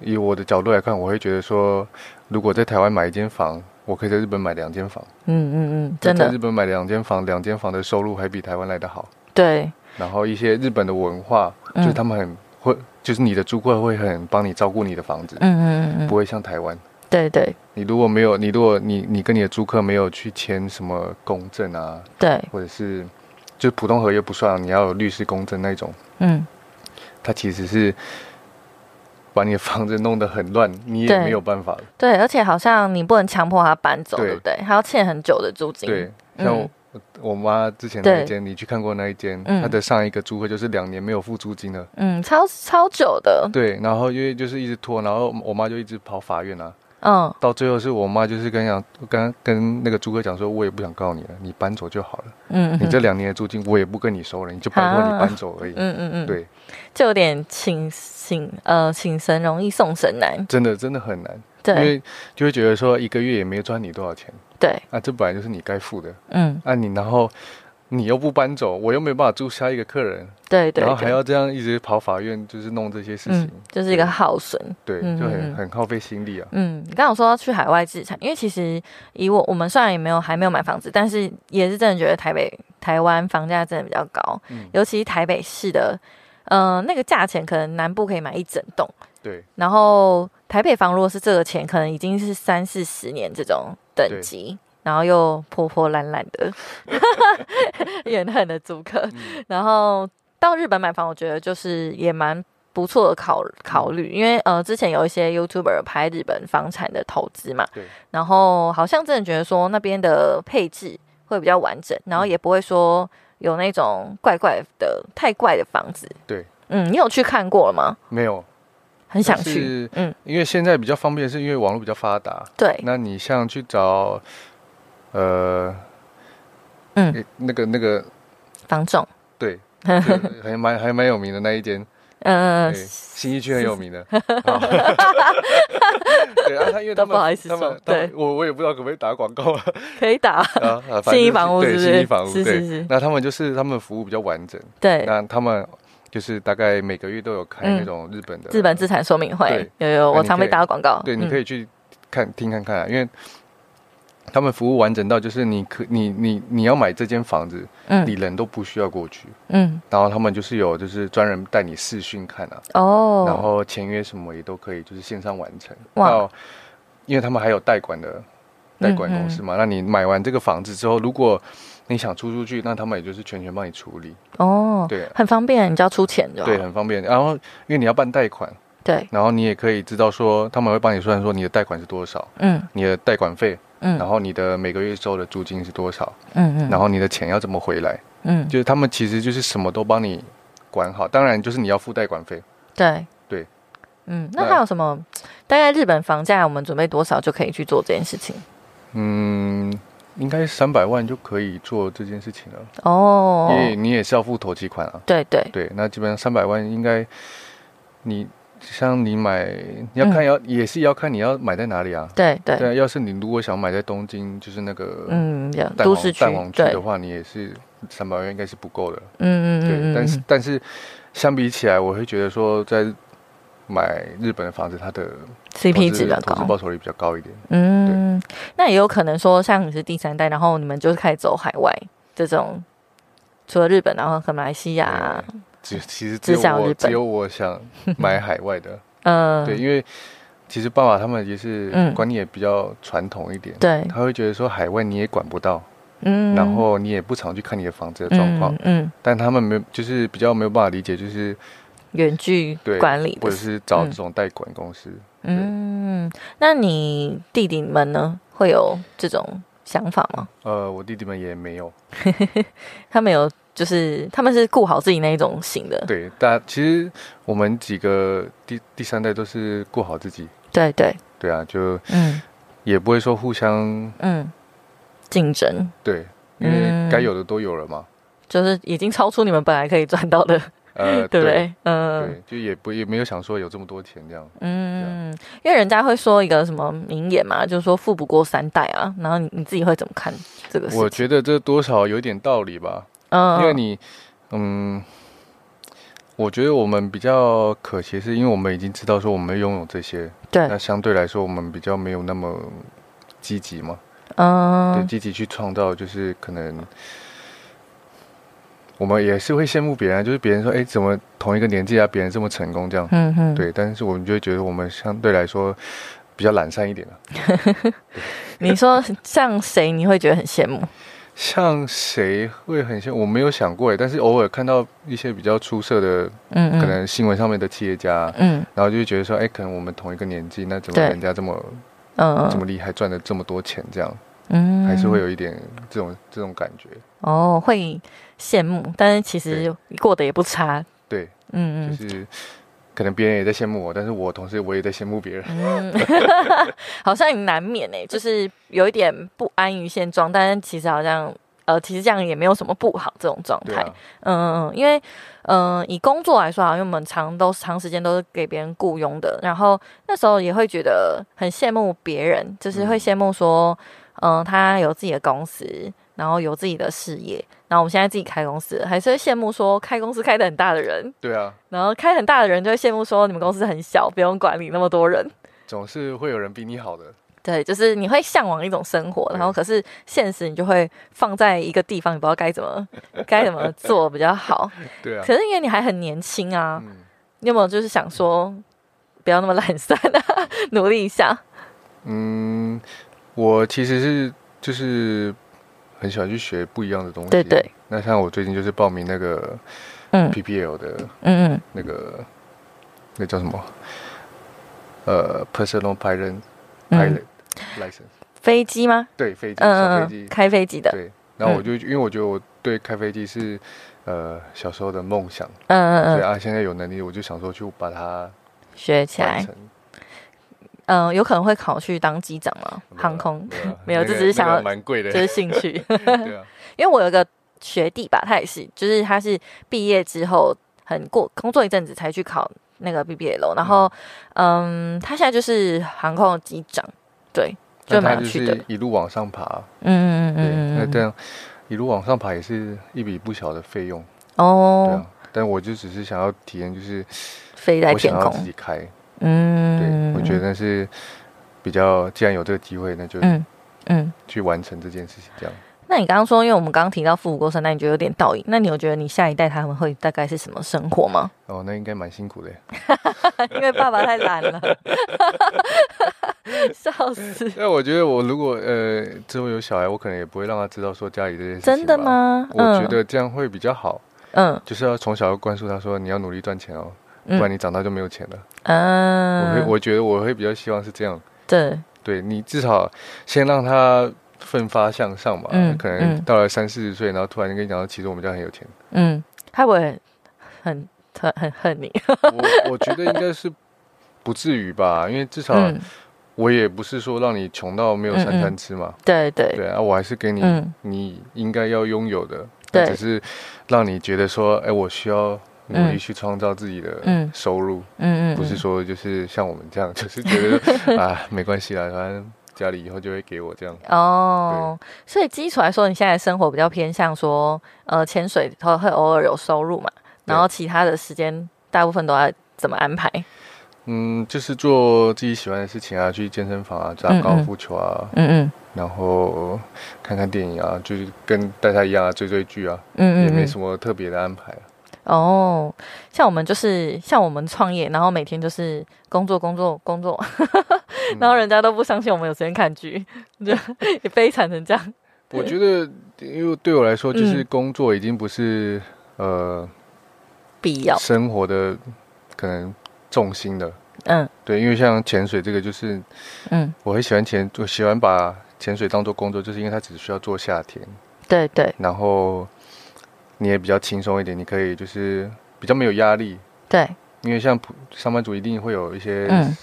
[SPEAKER 2] 以我的角度来看，我会觉得说，如果在台湾买一间房，我可以在日本买两间房，
[SPEAKER 1] 嗯嗯嗯，真
[SPEAKER 2] 在
[SPEAKER 1] 的
[SPEAKER 2] 日，本买两间房，两间房的收入还比台湾来的好，
[SPEAKER 1] 对，
[SPEAKER 2] 然后一些日本的文化，就
[SPEAKER 1] 嗯
[SPEAKER 2] 是他们很会，就是你的租客会很帮你照顾你的房子，
[SPEAKER 1] 嗯嗯嗯
[SPEAKER 2] 不
[SPEAKER 1] 嗯，
[SPEAKER 2] 会像台湾。
[SPEAKER 1] 对对
[SPEAKER 2] 你如果没有，你如果你你跟你的租客没有去签什么公证啊，
[SPEAKER 1] 对，
[SPEAKER 2] 或者是就普通合约不算啊，你要有律师公证那种，
[SPEAKER 1] 嗯，
[SPEAKER 2] 他其实是把你的房子弄得很乱，你也
[SPEAKER 1] 对
[SPEAKER 2] 没有办法。
[SPEAKER 1] 对，而且好像你不能强迫他搬走，
[SPEAKER 2] 对
[SPEAKER 1] 对不对？还要欠很久的租金，
[SPEAKER 2] 对，
[SPEAKER 1] 嗯
[SPEAKER 2] 像我、我妈之前那
[SPEAKER 1] 对
[SPEAKER 2] 一间，你去看过那一间，
[SPEAKER 1] 嗯
[SPEAKER 2] 她的上一个租客就是两年没有付租金了。
[SPEAKER 1] 嗯，超超久的，
[SPEAKER 2] 对，然后因为就是一直拖，然后我妈就一直跑法院啊，
[SPEAKER 1] 嗯，
[SPEAKER 2] 到最后是我妈就是跟讲跟跟那个租客讲说，我也不想告你了，你搬走就好了，
[SPEAKER 1] 嗯，
[SPEAKER 2] 你
[SPEAKER 1] 嗯
[SPEAKER 2] 这两年的租金我也不跟你收了，你就拜托你
[SPEAKER 1] 啊
[SPEAKER 2] 搬走而已。
[SPEAKER 1] 嗯嗯嗯，，
[SPEAKER 2] 对，
[SPEAKER 1] 就有点请请呃请神容易送神难，
[SPEAKER 2] 真的真的很难，因
[SPEAKER 1] 对
[SPEAKER 2] 为就会觉得说一个月也没赚你多少钱
[SPEAKER 1] 对，
[SPEAKER 2] 啊，这本来就是你该付的
[SPEAKER 1] 嗯，
[SPEAKER 2] 啊，你然后你又不搬走，我又没办法住下一个客人，
[SPEAKER 1] 对对，
[SPEAKER 2] 然后还
[SPEAKER 1] 对
[SPEAKER 2] 要这样一直跑法院，就是弄这些事情
[SPEAKER 1] 嗯，，就是一个耗损，
[SPEAKER 2] 对，
[SPEAKER 1] 嗯
[SPEAKER 2] 就
[SPEAKER 1] 嗯
[SPEAKER 2] 很很耗费心力啊。
[SPEAKER 1] 嗯，你刚刚有说要去海外置产，因为其实以我我们虽然也没有还没有买房子，但是也是真的觉得台北台湾房价真的比较高，
[SPEAKER 2] 嗯
[SPEAKER 1] 尤其台北市的呃，那个价钱可能南部可以买一整栋，
[SPEAKER 2] 对
[SPEAKER 1] 然后台北房如果是这个钱，可能已经是三四十年这种等级，然后又破破烂烂的
[SPEAKER 2] 嗯
[SPEAKER 1] 怨恨的租客，然后到日本买房，我觉得就是也蛮。不错的考考
[SPEAKER 2] 嗯
[SPEAKER 1] 虑，因为呃，之前有一些 YouTuber 拍日本房产的投资嘛，
[SPEAKER 2] 对，
[SPEAKER 1] 然后好像真的觉得说那边的配置会比较完
[SPEAKER 2] 嗯
[SPEAKER 1] 整，然后也不会说有那种怪怪的、太怪的房子。
[SPEAKER 2] 对，
[SPEAKER 1] 嗯，你有去看过了吗？
[SPEAKER 2] 没有，
[SPEAKER 1] 很想
[SPEAKER 2] 但
[SPEAKER 1] 去。
[SPEAKER 2] 是
[SPEAKER 1] 嗯，
[SPEAKER 2] 因为现在比较方便，是因为网络比较发达。
[SPEAKER 1] 对，
[SPEAKER 2] 那你像去找，呃，
[SPEAKER 1] 嗯
[SPEAKER 2] 诶，那个那个，
[SPEAKER 1] 房仲，
[SPEAKER 2] 对，就还蛮还蛮有名的那一间，
[SPEAKER 1] 嗯、
[SPEAKER 2] 对，新一区很有名的。好 对啊，他因为他
[SPEAKER 1] 都不好意
[SPEAKER 2] 们
[SPEAKER 1] 思
[SPEAKER 2] 他们
[SPEAKER 1] 说
[SPEAKER 2] 他们
[SPEAKER 1] 对
[SPEAKER 2] 我我也不知道可不可以打广 告啊
[SPEAKER 1] 可以打。
[SPEAKER 2] 啊啊，反正
[SPEAKER 1] 信义
[SPEAKER 2] 就是
[SPEAKER 1] 房屋是
[SPEAKER 2] 对
[SPEAKER 1] 不
[SPEAKER 2] 新
[SPEAKER 1] 是
[SPEAKER 2] 一房屋
[SPEAKER 1] 是是
[SPEAKER 2] 对，
[SPEAKER 1] 是，
[SPEAKER 2] 那他们就是他们服务比较完整，
[SPEAKER 1] 对，
[SPEAKER 2] 那他们就是大概每个月都有开
[SPEAKER 1] 嗯
[SPEAKER 2] 那种日本的
[SPEAKER 1] 日本资产说明会
[SPEAKER 2] 对
[SPEAKER 1] 有有，
[SPEAKER 2] 那
[SPEAKER 1] 我
[SPEAKER 2] 你
[SPEAKER 1] 常被
[SPEAKER 2] 可以
[SPEAKER 1] 打广告。
[SPEAKER 2] 对，你
[SPEAKER 1] 嗯
[SPEAKER 2] 可以去看听看看、啊，因为他们服务完整到就是你可你你你要买这间房子，
[SPEAKER 1] 嗯
[SPEAKER 2] 你人都不需要过去，
[SPEAKER 1] 嗯
[SPEAKER 2] 然后他们就是有就是专人带你视讯看啊，然
[SPEAKER 1] 哦，
[SPEAKER 2] 后签约什么也都可以，就是线上完成。
[SPEAKER 1] 哇嗯
[SPEAKER 2] 那因为他们还有代管的代管公司嘛，那你买完这个房子之后，如果你想出出去，那他们也就是全权帮你处理，
[SPEAKER 1] 哦，
[SPEAKER 2] 对啊
[SPEAKER 1] 很方便，你只要出钱就好。
[SPEAKER 2] 对，很啊方便。然后因为你要办贷款，
[SPEAKER 1] 对，
[SPEAKER 2] 然后你也可以知道说他们会帮你算说你的贷款是多少，
[SPEAKER 1] 嗯
[SPEAKER 2] 你的贷款费，
[SPEAKER 1] 嗯
[SPEAKER 2] 然后你的每个月收的租金是多少，
[SPEAKER 1] 嗯嗯，
[SPEAKER 2] 然后你的钱要怎么回来，
[SPEAKER 1] 嗯
[SPEAKER 2] 就是他们其实就是什么都帮你管好，当然就是你要付贷款费。
[SPEAKER 1] 对
[SPEAKER 2] 对，
[SPEAKER 1] 嗯，那
[SPEAKER 2] 那
[SPEAKER 1] 还有什么？大概日本房价我们准备多少就可以去做这件事情？
[SPEAKER 2] 嗯，应该三百万就可以做这件事情了，
[SPEAKER 1] 哦
[SPEAKER 2] 因，为你也是要付头期款啊。
[SPEAKER 1] 对对，
[SPEAKER 2] 对，那基本上三百万应该你像你买，你要看要、也是要看你要买在哪里啊。
[SPEAKER 1] 对嗯对，
[SPEAKER 2] 对啊，要是你如果想买在东京，就是那个
[SPEAKER 1] 嗯，有
[SPEAKER 2] 蛋
[SPEAKER 1] 都
[SPEAKER 2] 黄
[SPEAKER 1] 市区
[SPEAKER 2] 蛋黄，区
[SPEAKER 1] 对，
[SPEAKER 2] 的话，你也是三百万应该是不够的。
[SPEAKER 1] 嗯嗯
[SPEAKER 2] 对，
[SPEAKER 1] 嗯嗯，
[SPEAKER 2] 但是
[SPEAKER 1] 嗯
[SPEAKER 2] 但是相比起来，我会觉得说，在买日本的房子，它的投
[SPEAKER 1] CP 嗯
[SPEAKER 2] 资
[SPEAKER 1] 值比较
[SPEAKER 2] 投资
[SPEAKER 1] 高，
[SPEAKER 2] 报酬率比较高一点。
[SPEAKER 1] 嗯，那也有可能说，像你是第三代，然后你们就是开始走海外这种，除了日本，然后和马来西亚啊，
[SPEAKER 2] 嗯只其实
[SPEAKER 1] 只
[SPEAKER 2] 只有
[SPEAKER 1] 想日
[SPEAKER 2] 我
[SPEAKER 1] 本
[SPEAKER 2] 只有我想买海外的，
[SPEAKER 1] 嗯，
[SPEAKER 2] 对，因为其实爸爸他们也是
[SPEAKER 1] 嗯
[SPEAKER 2] 观念也比较传统一点，
[SPEAKER 1] 对，
[SPEAKER 2] 他会觉得说海外你也管不到，
[SPEAKER 1] 嗯，
[SPEAKER 2] 然后你也不常去看你的房子的状况，
[SPEAKER 1] 嗯，嗯，
[SPEAKER 2] 但他们没有就是比较没有办法理解，就是
[SPEAKER 1] 远距
[SPEAKER 2] 对
[SPEAKER 1] 管理
[SPEAKER 2] 或
[SPEAKER 1] 的
[SPEAKER 2] 者是找这种代管公司，
[SPEAKER 1] 嗯，那你弟弟们呢，会有这种想法吗？
[SPEAKER 2] 呃，我弟弟们也没有，
[SPEAKER 1] 他们有，就是他们是顾好自己那一种型的，
[SPEAKER 2] 对，但其实我们几个第第三代都是顾好自己，
[SPEAKER 1] 对对，
[SPEAKER 2] 对啊，就
[SPEAKER 1] 嗯
[SPEAKER 2] 也不会说互相
[SPEAKER 1] 嗯，竞争
[SPEAKER 2] 对，因为
[SPEAKER 1] 嗯
[SPEAKER 2] 该有的都有了嘛，
[SPEAKER 1] 就是已经超出你们本来可以赚到的，
[SPEAKER 2] 呃，
[SPEAKER 1] 对不对？嗯
[SPEAKER 2] 对，就也不也没有想说有这么多钱这样。
[SPEAKER 1] 嗯，因为人家会说一个什么名言嘛，就是说富不过三代啊，然后你你自己会怎么看这个事情？
[SPEAKER 2] 我觉得这多少有点道理吧，
[SPEAKER 1] 呃嗯，
[SPEAKER 2] 因为你，嗯，我觉得我们比较可惜，是因为我们已经知道说我们拥有这些，那
[SPEAKER 1] 对，
[SPEAKER 2] 相对来说我们比较没有那么积极嘛，对，
[SPEAKER 1] 嗯，
[SPEAKER 2] 积极去创造，就是可能。我们也是会羡慕别人啊，就是别人说，哎，怎么同一个年纪啊，别人这么成功这样，
[SPEAKER 1] 嗯哼，
[SPEAKER 2] 对，但是我们就会觉得我们相对来说比较懒散一点啊。
[SPEAKER 1] 你说像谁你会觉得很羡慕？
[SPEAKER 2] 像谁会很像？我没有想过哎，但是偶尔看到一些比较出色的，
[SPEAKER 1] 嗯嗯，
[SPEAKER 2] 可能新闻上面的企业家，
[SPEAKER 1] 嗯
[SPEAKER 2] 然后就会觉得说，哎，可能我们同一个年纪，那怎么
[SPEAKER 1] 对
[SPEAKER 2] 人家这么
[SPEAKER 1] 嗯
[SPEAKER 2] 这么厉害，赚了这么多钱，这样
[SPEAKER 1] 嗯，
[SPEAKER 2] 还是会有一点这种这种感觉。
[SPEAKER 1] 哦，会羡慕，但是其实过得也不差。
[SPEAKER 2] 对，
[SPEAKER 1] 嗯
[SPEAKER 2] 就
[SPEAKER 1] 嗯
[SPEAKER 2] 是可能别人也在羡慕我，但是我同时我也在羡慕别人。
[SPEAKER 1] 嗯，好像难免哎、就是有一点不安于现状，但是其实好像呃，其实这样也没有什么不好这种状
[SPEAKER 2] 对
[SPEAKER 1] 态。
[SPEAKER 2] 啊，
[SPEAKER 1] 嗯嗯，嗯，因为嗯、呃以工作来说啊，因为我们长都长时间都是给别人雇佣的，然后那时候也会觉得很羡慕别人，就是会
[SPEAKER 2] 嗯
[SPEAKER 1] 羡慕说，嗯、他有自己的公司，然后有自己的事业，然后我们现在自己开公司了，还是会羡慕说开公司开的很大的人，
[SPEAKER 2] 对啊，
[SPEAKER 1] 然后开很大的人就会羡慕说你们公司很小，不用管理那么多人。
[SPEAKER 2] 总是会有人比你好的。
[SPEAKER 1] 对，就是你会向往一种生活，然后可是现实你就会放在一个地方，你不知道该怎么该怎么做比较好。
[SPEAKER 2] 对啊，
[SPEAKER 1] 可是因为你还很年轻啊，
[SPEAKER 2] 嗯，
[SPEAKER 1] 你有没有就是想说不要那么懒散啊， 努力一下？
[SPEAKER 2] 嗯，我其实是就是很喜欢去学不一样的东西。
[SPEAKER 1] 对对。
[SPEAKER 2] 那像我最近就是报名那个
[SPEAKER 1] 嗯
[SPEAKER 2] PPL 的
[SPEAKER 1] 嗯嗯，
[SPEAKER 2] 那个，那叫什么？呃，personal pilot
[SPEAKER 1] 嗯
[SPEAKER 2] pilot、license，
[SPEAKER 1] 飞机吗？
[SPEAKER 2] 对，飞机，
[SPEAKER 1] 嗯
[SPEAKER 2] 小飞
[SPEAKER 1] 嗯
[SPEAKER 2] 机
[SPEAKER 1] 嗯，。开飞机的，嗯
[SPEAKER 2] 对。然后我就因为我觉得我对开飞机是呃小时候的梦想，
[SPEAKER 1] 嗯
[SPEAKER 2] 所以
[SPEAKER 1] 嗯嗯，
[SPEAKER 2] 啊现在有能力我就想说去把它
[SPEAKER 1] 学起
[SPEAKER 2] 完
[SPEAKER 1] 来。
[SPEAKER 2] 成。
[SPEAKER 1] 嗯，有可能会考去当机长吗？
[SPEAKER 2] 没有啊
[SPEAKER 1] 航空
[SPEAKER 2] 啊
[SPEAKER 1] 没有
[SPEAKER 2] 那
[SPEAKER 1] 这
[SPEAKER 2] 个
[SPEAKER 1] 只是想
[SPEAKER 2] 那个
[SPEAKER 1] 要
[SPEAKER 2] 蛮贵 的
[SPEAKER 1] 就，是兴趣。
[SPEAKER 2] 对啊，
[SPEAKER 1] 因为我有一个学弟吧，他也是，就是他是毕业之后很过工作一阵子才去考那个 BBL，然后嗯他现在就是航空的机长，对， 就
[SPEAKER 2] 那它
[SPEAKER 1] 蛮有
[SPEAKER 2] 就
[SPEAKER 1] 趣的
[SPEAKER 2] 是。一路往上爬，
[SPEAKER 1] 嗯嗯
[SPEAKER 2] 对，
[SPEAKER 1] 嗯
[SPEAKER 2] 那
[SPEAKER 1] 嗯嗯，
[SPEAKER 2] 这样一路往上爬也是一笔不小的费用，对
[SPEAKER 1] 哦，
[SPEAKER 2] 啊。但我就只是想要体验，就是
[SPEAKER 1] 飞在
[SPEAKER 2] 我
[SPEAKER 1] 天
[SPEAKER 2] 想要自
[SPEAKER 1] 空，
[SPEAKER 2] 己开，对
[SPEAKER 1] 嗯，，
[SPEAKER 2] 我觉得是比较，既然有这个机会，那就
[SPEAKER 1] 嗯嗯。
[SPEAKER 2] 去完成这件事情，这样。
[SPEAKER 1] 那你刚刚说，因为我们刚刚提到富五过生，那你觉得有点倒影。那你有觉得你下一代他们会大概是什么生活 吗？
[SPEAKER 2] 哦，那应该蛮辛苦 的。
[SPEAKER 1] 因为爸爸太懒了， 笑死！
[SPEAKER 2] 但我觉得，我如果呃之后有小孩，我可能也不会让他知道说家里这件事情。
[SPEAKER 1] 真的？吗？
[SPEAKER 2] 我觉得这样会比较好，
[SPEAKER 1] 嗯，
[SPEAKER 2] 就是要从小要灌输他说你要努力赚钱哦，
[SPEAKER 1] 嗯
[SPEAKER 2] 不然你长大就没有钱了。我
[SPEAKER 1] 嗯，
[SPEAKER 2] 会，我觉得我会比较希望是这样。
[SPEAKER 1] 对，
[SPEAKER 2] 对你至少先让他奋发向上嘛。
[SPEAKER 1] 嗯
[SPEAKER 2] 可
[SPEAKER 1] 嗯
[SPEAKER 2] 能到了三四十岁，然后突然跟你讲说，其实我们家很有 钱。
[SPEAKER 1] 嗯，他会很很很恨你，
[SPEAKER 2] 我我觉得应该是不至于吧，因为至少
[SPEAKER 1] 嗯，
[SPEAKER 2] 我也不是说让你穷到没有三餐吃嘛。
[SPEAKER 1] 对对，
[SPEAKER 2] 对啊，我还是给你、
[SPEAKER 1] 嗯
[SPEAKER 2] 你应该要拥有的，
[SPEAKER 1] 对
[SPEAKER 2] 那只是让你觉得说，哎，我需要努力去创造自己
[SPEAKER 1] 嗯
[SPEAKER 2] 的收入，
[SPEAKER 1] 嗯嗯，
[SPEAKER 2] 不是
[SPEAKER 1] 嗯
[SPEAKER 2] 说就是像我们这样， 就是觉得说啊没关系啦，反正家里以后就会给我这样。
[SPEAKER 1] 哦，所以基础来说，你现在的生活比较偏向说，呃，潜水会会偶尔有收入嘛，然后其他的时间大部分都要怎么安排？
[SPEAKER 2] 嗯，就是做自己喜欢的事情啊，去健身房啊，打
[SPEAKER 1] 嗯嗯
[SPEAKER 2] 高尔夫球啊，
[SPEAKER 1] 嗯
[SPEAKER 2] 然后看看电影啊，就是跟大家一样啊，追追剧啊，
[SPEAKER 1] 嗯嗯
[SPEAKER 2] 也
[SPEAKER 1] 嗯
[SPEAKER 2] 没
[SPEAKER 1] 嗯，
[SPEAKER 2] 什么特别的安排、啊。
[SPEAKER 1] 哦，像我们就是像我们创业，然后每天就是工作工作工作，
[SPEAKER 2] 嗯
[SPEAKER 1] 然后人家都不相信我们有时间看剧， 就也悲惨成这样。
[SPEAKER 2] 我觉得，因为对我来说，就是
[SPEAKER 1] 嗯
[SPEAKER 2] 工作已经不是、
[SPEAKER 1] 必
[SPEAKER 2] 呃
[SPEAKER 1] 要，
[SPEAKER 2] 生活的可能重心了。
[SPEAKER 1] 嗯
[SPEAKER 2] 对，因为像潜水这个，就是
[SPEAKER 1] 嗯，
[SPEAKER 2] 我很喜欢潜，我喜欢把潜水当做工作，就是因为它只需要做夏天，
[SPEAKER 1] 对对
[SPEAKER 2] 然后你也比较轻松一点，你可以就是比较没有压力。
[SPEAKER 1] 对，
[SPEAKER 2] 因为像普上班族一定会有一些
[SPEAKER 1] 嗯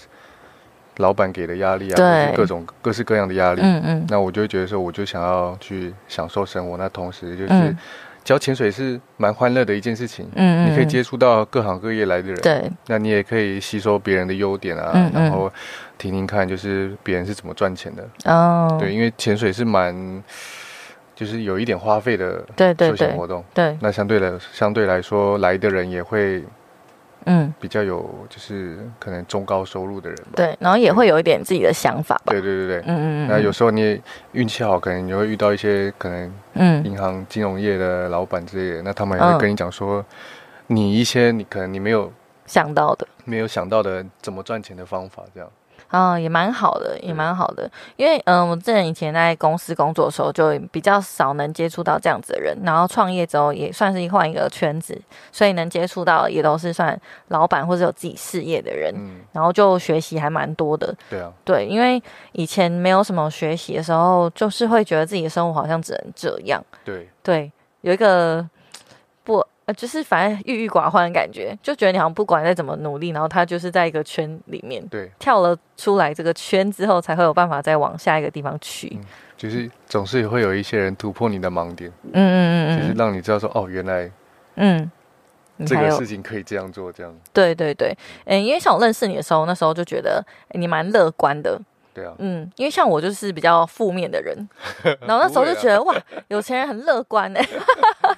[SPEAKER 2] 老板给的压力啊，
[SPEAKER 1] 对
[SPEAKER 2] 或是各种各式各样的压力。
[SPEAKER 1] 嗯嗯
[SPEAKER 2] 那我就会觉得说，我就想要去享受生活。那同时就是
[SPEAKER 1] 嗯，
[SPEAKER 2] 教潜水是蛮欢乐的一件事情，
[SPEAKER 1] 嗯嗯，
[SPEAKER 2] 你可以接触到各行各业来的人，
[SPEAKER 1] 对，
[SPEAKER 2] 那你也可以吸收别人的优点啊，
[SPEAKER 1] 嗯嗯
[SPEAKER 2] 然后听听看就是别人是怎么赚钱的。
[SPEAKER 1] 哦，
[SPEAKER 2] 对，因为潜水是蛮就是有一点花费的
[SPEAKER 1] 对对
[SPEAKER 2] 休闲
[SPEAKER 1] 对
[SPEAKER 2] 活动，
[SPEAKER 1] 对，
[SPEAKER 2] 那相对来相对来说来的人也会
[SPEAKER 1] 嗯
[SPEAKER 2] 比较有就是可能中高收入的人吧。
[SPEAKER 1] 对，然后也会有一点自己的想法吧，
[SPEAKER 2] 对对对对。
[SPEAKER 1] 嗯嗯嗯嗯，
[SPEAKER 2] 那有时候你也运气好，可能你会遇到一些可能
[SPEAKER 1] 嗯
[SPEAKER 2] 银行、金融业的老板之类的，那他们也
[SPEAKER 1] 嗯
[SPEAKER 2] 会跟你讲说，你一些你可能你没有
[SPEAKER 1] 想到的。
[SPEAKER 2] 没有想到的怎么赚钱的方法，这样。
[SPEAKER 1] 啊、也蛮好的，也
[SPEAKER 2] 对
[SPEAKER 1] 蛮好的。因为嗯、呃我之前以前在公司工作的时候，就比较少能接触到这样子的人。然后创业之后，也算是换一个圈子，所以能接触到也都是算老板或者有自己事业的人。
[SPEAKER 2] 嗯，
[SPEAKER 1] 然后就学习还蛮多的，
[SPEAKER 2] 对啊，
[SPEAKER 1] 对，因为以前没有什么学习的时候，就是会觉得自己的生活好像只能这样，
[SPEAKER 2] 对，
[SPEAKER 1] 对，有一个不呃，就是反正郁郁寡欢的感觉，就觉得你好像不管再怎么努力，然后他就是在一个圈里面，
[SPEAKER 2] 对，
[SPEAKER 1] 跳了出来这个圈之后，才会有办法再往下一个地方去。
[SPEAKER 2] 嗯就是总是会有一些人突破你的盲点，
[SPEAKER 1] 嗯嗯
[SPEAKER 2] 就是
[SPEAKER 1] 嗯
[SPEAKER 2] 让你知道说，哦，原来
[SPEAKER 1] 嗯嗯，你
[SPEAKER 2] 这
[SPEAKER 1] 还
[SPEAKER 2] 个
[SPEAKER 1] 有
[SPEAKER 2] 事情可以这样做，这样。
[SPEAKER 1] 对对对，嗯、因为像我认识你的时候，那时候就觉得、诶你蛮乐观的，
[SPEAKER 2] 对啊，
[SPEAKER 1] 嗯，因为像我就是比较负面的 人，然后那时
[SPEAKER 2] 啊
[SPEAKER 1] 候就觉得哇，有钱人很乐观哎、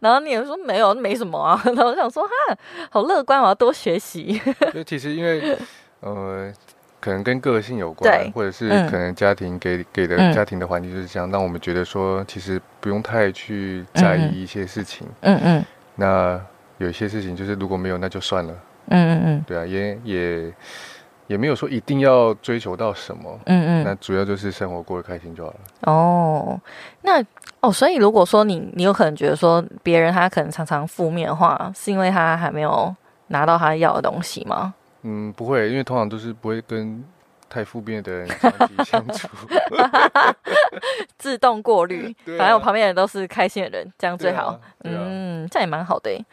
[SPEAKER 1] 然后你也说没有，没什么啊， 然后我想说哈，好乐观，我要多学习，
[SPEAKER 2] 所以其实因为，呃，可能跟个性有关
[SPEAKER 1] 对，
[SPEAKER 2] 或者是
[SPEAKER 1] 嗯
[SPEAKER 2] 可能家庭给、给的
[SPEAKER 1] 嗯
[SPEAKER 2] 家庭的环境就是这样，让我们觉得说其实不用太去在
[SPEAKER 1] 嗯嗯
[SPEAKER 2] 意一些事情。
[SPEAKER 1] 嗯嗯
[SPEAKER 2] 那有一些事情就是如果没有那就算了，
[SPEAKER 1] 嗯嗯
[SPEAKER 2] 对啊，也也也没有说一定要追求到什么。
[SPEAKER 1] 嗯
[SPEAKER 2] 那
[SPEAKER 1] 嗯
[SPEAKER 2] 主要就是生活过得开心就好了。
[SPEAKER 1] 哦，那哦，所以如果说你你有可能觉得说别人他可能常常负面话，是因为他还没有拿到他要的东西吗？
[SPEAKER 2] 嗯，不会，因为通常都是不会跟太负面的人长期相处。
[SPEAKER 1] 自动过滤，
[SPEAKER 2] 对啊
[SPEAKER 1] 反正我旁边的人都是开心的人，这样 最好。
[SPEAKER 2] 对啊。对啊
[SPEAKER 1] 嗯，这样也蛮好的欸。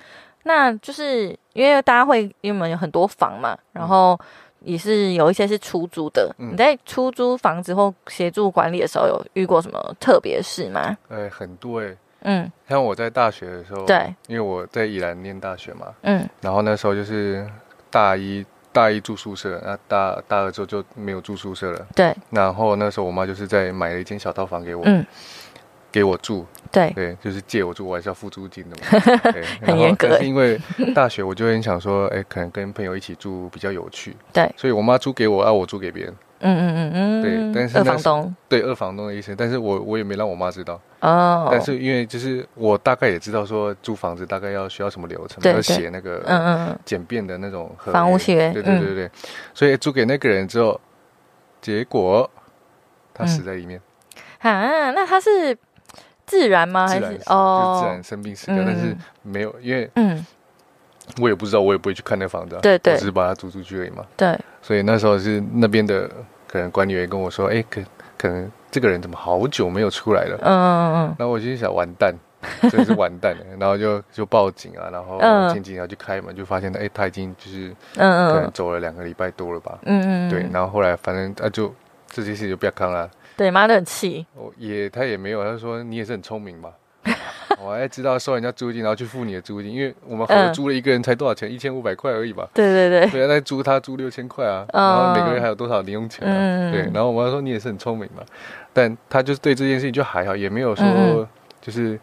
[SPEAKER 1] 那就是因为大家会，因为我们有很多房嘛，然后也是有一些是出租的。
[SPEAKER 2] 嗯
[SPEAKER 1] 你在出租房子或协助管理的时候，有遇过什么特别事吗？
[SPEAKER 2] 呃，很多哎、
[SPEAKER 1] 嗯
[SPEAKER 2] 像我在大学的时候，
[SPEAKER 1] 对，
[SPEAKER 2] 因为我在宜兰念大学嘛，
[SPEAKER 1] 嗯
[SPEAKER 2] 然后那时候就是大一大一住宿舍，那大大二之后就没有住宿舍了。
[SPEAKER 1] 对，
[SPEAKER 2] 然后那时候我妈就是在买了一间小套房给我，
[SPEAKER 1] 嗯
[SPEAKER 2] 给我住，
[SPEAKER 1] 对，
[SPEAKER 2] 对，就是借我住，我还是要付租金的嘛。对然后
[SPEAKER 1] 严格
[SPEAKER 2] 但是因为大学，我就很想说，哎，可能跟朋友一起住比较有趣。
[SPEAKER 1] 对
[SPEAKER 2] 所以我妈租给我，啊，我租给别人。
[SPEAKER 1] 嗯嗯嗯嗯，
[SPEAKER 2] 对但是
[SPEAKER 1] 二
[SPEAKER 2] 那
[SPEAKER 1] 房
[SPEAKER 2] 是
[SPEAKER 1] 东
[SPEAKER 2] 对，二房东的意思，但是我我也没让我妈知道。
[SPEAKER 1] 哦，
[SPEAKER 2] 但是因为就是我大概也知道说租房子大概要需要什么流程，
[SPEAKER 1] 对
[SPEAKER 2] 要
[SPEAKER 1] 对
[SPEAKER 2] 写那个
[SPEAKER 1] 嗯嗯嗯，
[SPEAKER 2] 简便的那种合
[SPEAKER 1] 房屋契约
[SPEAKER 2] 对对
[SPEAKER 1] 嗯
[SPEAKER 2] 对对，所以租给那个人之后，结果他
[SPEAKER 1] 嗯
[SPEAKER 2] 死在里面，
[SPEAKER 1] 啊，那他是自然吗？啊
[SPEAKER 2] 自
[SPEAKER 1] 还
[SPEAKER 2] 然死就是自
[SPEAKER 1] 哦
[SPEAKER 2] 然？生病死掉，但是
[SPEAKER 1] 嗯
[SPEAKER 2] 没有，因为
[SPEAKER 1] 嗯，
[SPEAKER 2] 我也不知道，我也不会去看那房子、啊，
[SPEAKER 1] 对对
[SPEAKER 2] 我只是把它租出去而已嘛。
[SPEAKER 1] 对，
[SPEAKER 2] 所以那时候是那边的可能管理员跟我说，哎，可可能这个人怎么好久没有出来了
[SPEAKER 1] 嗯？嗯嗯
[SPEAKER 2] 然后我就想完蛋，真是完蛋了，然后就就报警啊，然后
[SPEAKER 1] 嗯
[SPEAKER 2] 前几天去开门，就发现哎他已经就是
[SPEAKER 1] 嗯
[SPEAKER 2] 可能
[SPEAKER 1] 嗯
[SPEAKER 2] 走了两个礼拜多了吧，
[SPEAKER 1] 嗯嗯，
[SPEAKER 2] 对，然后后来反正啊就这件事情就不要看了，
[SPEAKER 1] 对，妈都很气，
[SPEAKER 2] 我也他也没有，他就说你也是很聪明 嘛。我还知道收人家租金，然后去付你的租金，因为我们合
[SPEAKER 1] 嗯
[SPEAKER 2] 租了一个人才多少钱，一千五百块而已吧。
[SPEAKER 1] 对对对，
[SPEAKER 2] 对啊，那租他租六千块啊，
[SPEAKER 1] 嗯
[SPEAKER 2] 然后每个月还有多少零用钱
[SPEAKER 1] 嗯
[SPEAKER 2] 啊？对，然后我妈说你也是很聪明嘛，但她就是对这件事情就还好，也没有
[SPEAKER 1] 嗯
[SPEAKER 2] 说就是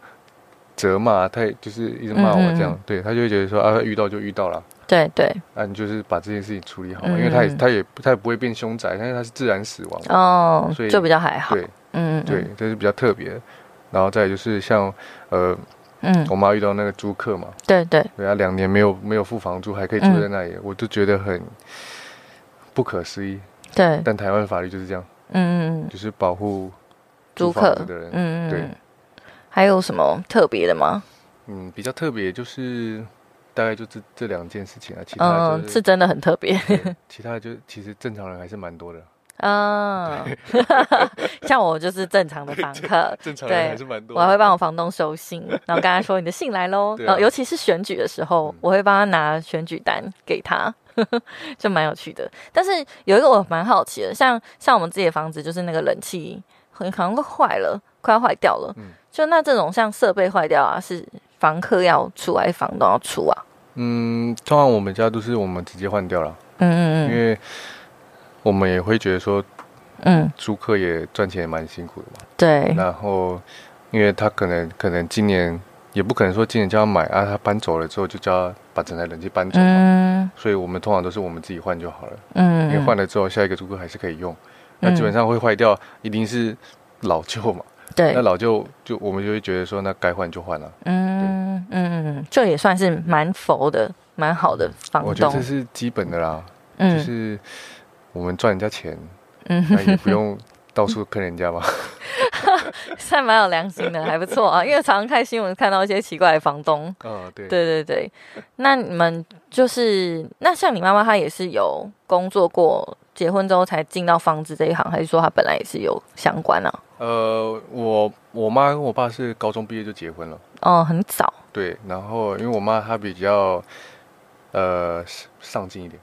[SPEAKER 2] 责骂，她也就是一直骂我这
[SPEAKER 1] 嗯嗯
[SPEAKER 2] 样，对，她就会觉得说啊遇到就遇到了，
[SPEAKER 1] 对对，
[SPEAKER 2] 啊你就是把这件事情处理好嘛，
[SPEAKER 1] 嗯
[SPEAKER 2] 因为她也
[SPEAKER 1] 嗯
[SPEAKER 2] 她也她也不会变凶宅，但是她是自然死亡，
[SPEAKER 1] 哦
[SPEAKER 2] 所，以
[SPEAKER 1] 就比较还好。
[SPEAKER 2] 对
[SPEAKER 1] 嗯，嗯
[SPEAKER 2] 对，，这是比较特别的。然后再来就是像呃
[SPEAKER 1] 嗯，
[SPEAKER 2] 我妈遇到那个租客嘛，
[SPEAKER 1] 对对，
[SPEAKER 2] 对啊两年没有没有付房租还可以住
[SPEAKER 1] 嗯
[SPEAKER 2] 在那里，我就觉得很不可思议。
[SPEAKER 1] 对，
[SPEAKER 2] 但台湾法律就是这样，
[SPEAKER 1] 嗯嗯嗯，
[SPEAKER 2] 就是保护
[SPEAKER 1] 租
[SPEAKER 2] 房
[SPEAKER 1] 客
[SPEAKER 2] 子的，人。嗯
[SPEAKER 1] 嗯嗯，
[SPEAKER 2] 对
[SPEAKER 1] 嗯还有什么特别的吗？
[SPEAKER 2] 嗯比较特别就是大概就这这两件事情啊，其他
[SPEAKER 1] 嗯，
[SPEAKER 2] 就是
[SPEAKER 1] 是、真的很特别。
[SPEAKER 2] 对其他就其实正常人还是蛮多的，，
[SPEAKER 1] 嗯， 像我就是正常的房客
[SPEAKER 2] 正常
[SPEAKER 1] 对
[SPEAKER 2] 人还是蛮多
[SPEAKER 1] 我还会
[SPEAKER 2] 的。
[SPEAKER 1] 帮我房东收信，然后跟他说你的信来喽。
[SPEAKER 2] 对啊
[SPEAKER 1] 然后尤其是选举的时候
[SPEAKER 2] 嗯，
[SPEAKER 1] 我会帮他拿选举单给他，就蛮有趣的。但是有一个我蛮好奇的，像像我们自己的房子，就是那个冷气很好像快坏了，快要坏掉了。
[SPEAKER 2] 嗯
[SPEAKER 1] 就那这种像设备坏掉啊，是房客要出还是房东要出啊？
[SPEAKER 2] 嗯，通常我们家都是我们直接换掉了，
[SPEAKER 1] 嗯
[SPEAKER 2] 因
[SPEAKER 1] 嗯
[SPEAKER 2] 为我们也会觉得说
[SPEAKER 1] 嗯嗯，
[SPEAKER 2] 租客也赚钱也蛮辛苦的嘛，
[SPEAKER 1] 对，
[SPEAKER 2] 然后因为他可能可能今年。也不可能说今年就要买啊，他搬走了之后就叫他把整台冷气搬走，
[SPEAKER 1] 嗯
[SPEAKER 2] 所以我们通常都是我们自己换就好了。因为
[SPEAKER 1] 嗯，
[SPEAKER 2] 换了之后，下一个租客还是可以用。那基本上会坏掉，一定是老旧嘛。
[SPEAKER 1] 对
[SPEAKER 2] 那，老旧就我们就会觉得说，那该换就换了、
[SPEAKER 1] 嗯嗯嗯，就也算是蛮佛的，蛮好的房
[SPEAKER 2] 我觉得这
[SPEAKER 1] 东，
[SPEAKER 2] 是基本的啦，就
[SPEAKER 1] 嗯
[SPEAKER 2] 是我们赚人家钱，那也
[SPEAKER 1] 嗯，
[SPEAKER 2] 不用到处坑人家嘛。
[SPEAKER 1] 算蛮有良心的，还不错 啊。因为常常看新闻看到一些奇怪的房东，
[SPEAKER 2] 啊，对。
[SPEAKER 1] 对对对。那你们就是那像你妈妈，她也是有工作过，结婚之后才进到房子这一行，还是说她本来也是有相关啊？
[SPEAKER 2] 呃，我我妈跟我爸是高中毕业就结婚了，
[SPEAKER 1] 哦，很早，
[SPEAKER 2] 对。然后因为我妈她比较呃上进 一点，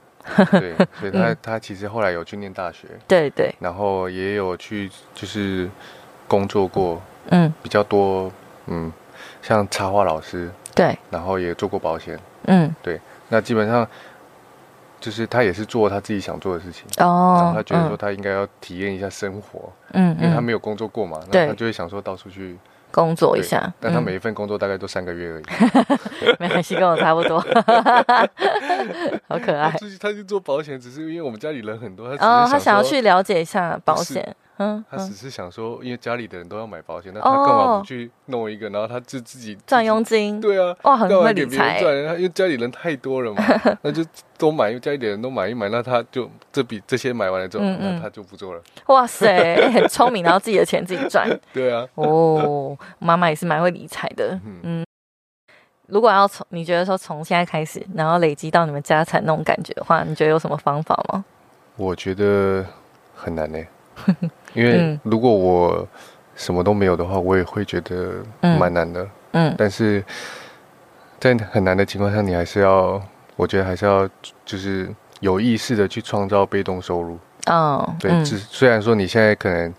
[SPEAKER 2] 对，所以她、
[SPEAKER 1] 嗯
[SPEAKER 2] 她其实后来有去念大学，
[SPEAKER 1] 对对，
[SPEAKER 2] 然后也有去就是工作过，
[SPEAKER 1] 嗯
[SPEAKER 2] 比较多，嗯，像插画老师，
[SPEAKER 1] 对，
[SPEAKER 2] 然后也做过保险。
[SPEAKER 1] 嗯
[SPEAKER 2] 那基本上就是他也是做他自己想做的事情，然
[SPEAKER 1] 哦
[SPEAKER 2] 后，他觉得说他应该要体验一下生活，
[SPEAKER 1] 嗯
[SPEAKER 2] 因为他
[SPEAKER 1] 嗯，
[SPEAKER 2] 没有工作过嘛，
[SPEAKER 1] 对
[SPEAKER 2] 那他就会想说到处去。
[SPEAKER 1] 工作一
[SPEAKER 2] 对
[SPEAKER 1] 下，
[SPEAKER 2] 但他
[SPEAKER 1] 嗯
[SPEAKER 2] 每一份工作大概都三个月而已。
[SPEAKER 1] 没关系，跟我差不多。好可
[SPEAKER 2] 他
[SPEAKER 1] 爱。
[SPEAKER 2] 自己他去做保险，只是因为我们家里人很多，他只是
[SPEAKER 1] 哎哦，他想要
[SPEAKER 2] 说
[SPEAKER 1] 去了解一下保
[SPEAKER 2] 不是
[SPEAKER 1] 险，嗯
[SPEAKER 2] 他
[SPEAKER 1] 嗯，
[SPEAKER 2] 只是想说，因为家里的人都要买保险，那他干嘛
[SPEAKER 1] 哦
[SPEAKER 2] 不去弄一个，然后他自自己
[SPEAKER 1] 赚？佣金，
[SPEAKER 2] 对啊，
[SPEAKER 1] 哇，很
[SPEAKER 2] 干嘛
[SPEAKER 1] 会
[SPEAKER 2] 给
[SPEAKER 1] 理
[SPEAKER 2] 别
[SPEAKER 1] 财
[SPEAKER 2] 人，赚？他因为家里人太多 了嘛，那就都买，因为家里的人都买一买，那他就这笔这些买完了之后，
[SPEAKER 1] 嗯嗯
[SPEAKER 2] 那他就不做了。
[SPEAKER 1] 哇塞， 欸很聪明，然后自己的钱自己赚。
[SPEAKER 2] 对啊，
[SPEAKER 1] 哦，妈妈也是蛮会理财的。
[SPEAKER 2] 嗯
[SPEAKER 1] 嗯，如果要从你觉得说从现在开始，然后累积到你们家产那种感觉的话，你觉得有什么方法吗？
[SPEAKER 2] 我觉得 很难呢、因为
[SPEAKER 1] 嗯
[SPEAKER 2] 如果我什么都没有的话，我也会觉得
[SPEAKER 1] 嗯
[SPEAKER 2] 蛮难的。
[SPEAKER 1] 嗯
[SPEAKER 2] 但是在很难的情况下，你还是要，我觉得还是要就是有意识的去创造被动收入。
[SPEAKER 1] 哦，
[SPEAKER 2] 对，
[SPEAKER 1] 嗯
[SPEAKER 2] 只虽然说你现在可能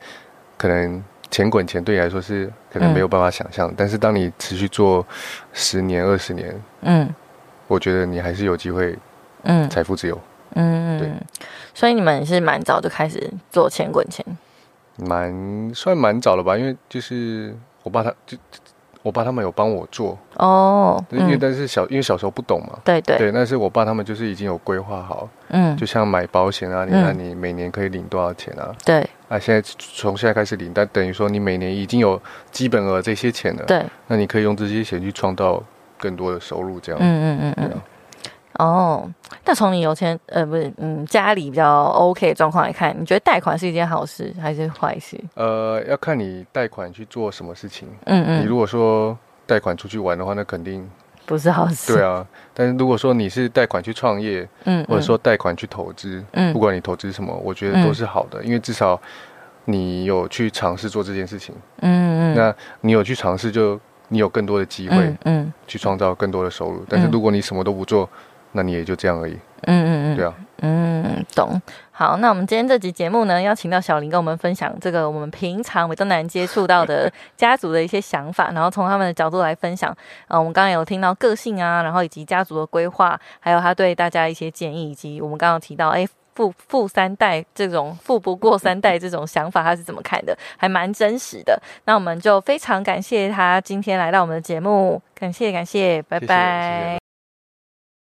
[SPEAKER 2] 可能钱滚钱对你来说是可
[SPEAKER 1] 嗯
[SPEAKER 2] 能没有办法想象，但是当你持续做十年、二十年，
[SPEAKER 1] 嗯
[SPEAKER 2] 我觉得你还是有机会
[SPEAKER 1] 嗯
[SPEAKER 2] 财富自由，
[SPEAKER 1] 嗯
[SPEAKER 2] 对
[SPEAKER 1] 嗯，所以你们是蛮早就开始做钱滚钱。
[SPEAKER 2] 蛮算蛮早了吧？因为就是我爸他就。就我爸他们有帮我做，
[SPEAKER 1] 哦，
[SPEAKER 2] 因为
[SPEAKER 1] 嗯，
[SPEAKER 2] 但是小因为小时候不懂嘛，
[SPEAKER 1] 对对，
[SPEAKER 2] 对，但是我爸他们就是已经有规划好，
[SPEAKER 1] 嗯
[SPEAKER 2] 就像买保险啊，你
[SPEAKER 1] 嗯
[SPEAKER 2] 看你每年可以领多少钱啊？
[SPEAKER 1] 对
[SPEAKER 2] 啊，现在从现在开始领，但等于说你每年已经有基本额这些钱了，
[SPEAKER 1] 对，
[SPEAKER 2] 那你可以用这些钱去创造更多的收入，这样。
[SPEAKER 1] 嗯嗯嗯
[SPEAKER 2] 对
[SPEAKER 1] 嗯
[SPEAKER 2] 啊。
[SPEAKER 1] 哦，那从你有钱呃不是嗯家里比较 OK 的状况来看，你觉得贷款是一件好事还是坏事？
[SPEAKER 2] 呃，要看你贷款去做什么事情。
[SPEAKER 1] 嗯
[SPEAKER 2] 你
[SPEAKER 1] 嗯，
[SPEAKER 2] 如果说贷款出去玩的话，那肯定
[SPEAKER 1] 不是好事。
[SPEAKER 2] 对啊。但是如果说你是贷款去创业，
[SPEAKER 1] 嗯，嗯
[SPEAKER 2] 或者说贷款去投资，
[SPEAKER 1] 嗯
[SPEAKER 2] 不管你投资什么，我觉得
[SPEAKER 1] 嗯
[SPEAKER 2] 都是好的，因为至少你有去尝试做这件事情，
[SPEAKER 1] 嗯嗯，
[SPEAKER 2] 那你有去尝试就。你有更多的机会
[SPEAKER 1] 嗯嗯
[SPEAKER 2] 去创造更多的收入，但是
[SPEAKER 1] 嗯
[SPEAKER 2] 如果你什么都不做，那你也就这样而已，
[SPEAKER 1] 嗯嗯嗯，
[SPEAKER 2] 对啊。
[SPEAKER 1] 嗯，懂。好，那我们今天这集节目呢，邀请到小林跟我们分享这个我们平常比较难接触到的家族的一些想法，然后从他们的角度来分享。呃，我们刚刚有听到个性啊，然后以及家族的规划，还有他对大家一些建议，以及我们刚刚有提到，哎。富富三代这种富不过三代这种想法，他是怎么看的？还蛮真实的。那我们就非常感谢他今天来到我们的节目，感谢感谢，拜
[SPEAKER 2] 谢谢谢谢
[SPEAKER 1] 拜。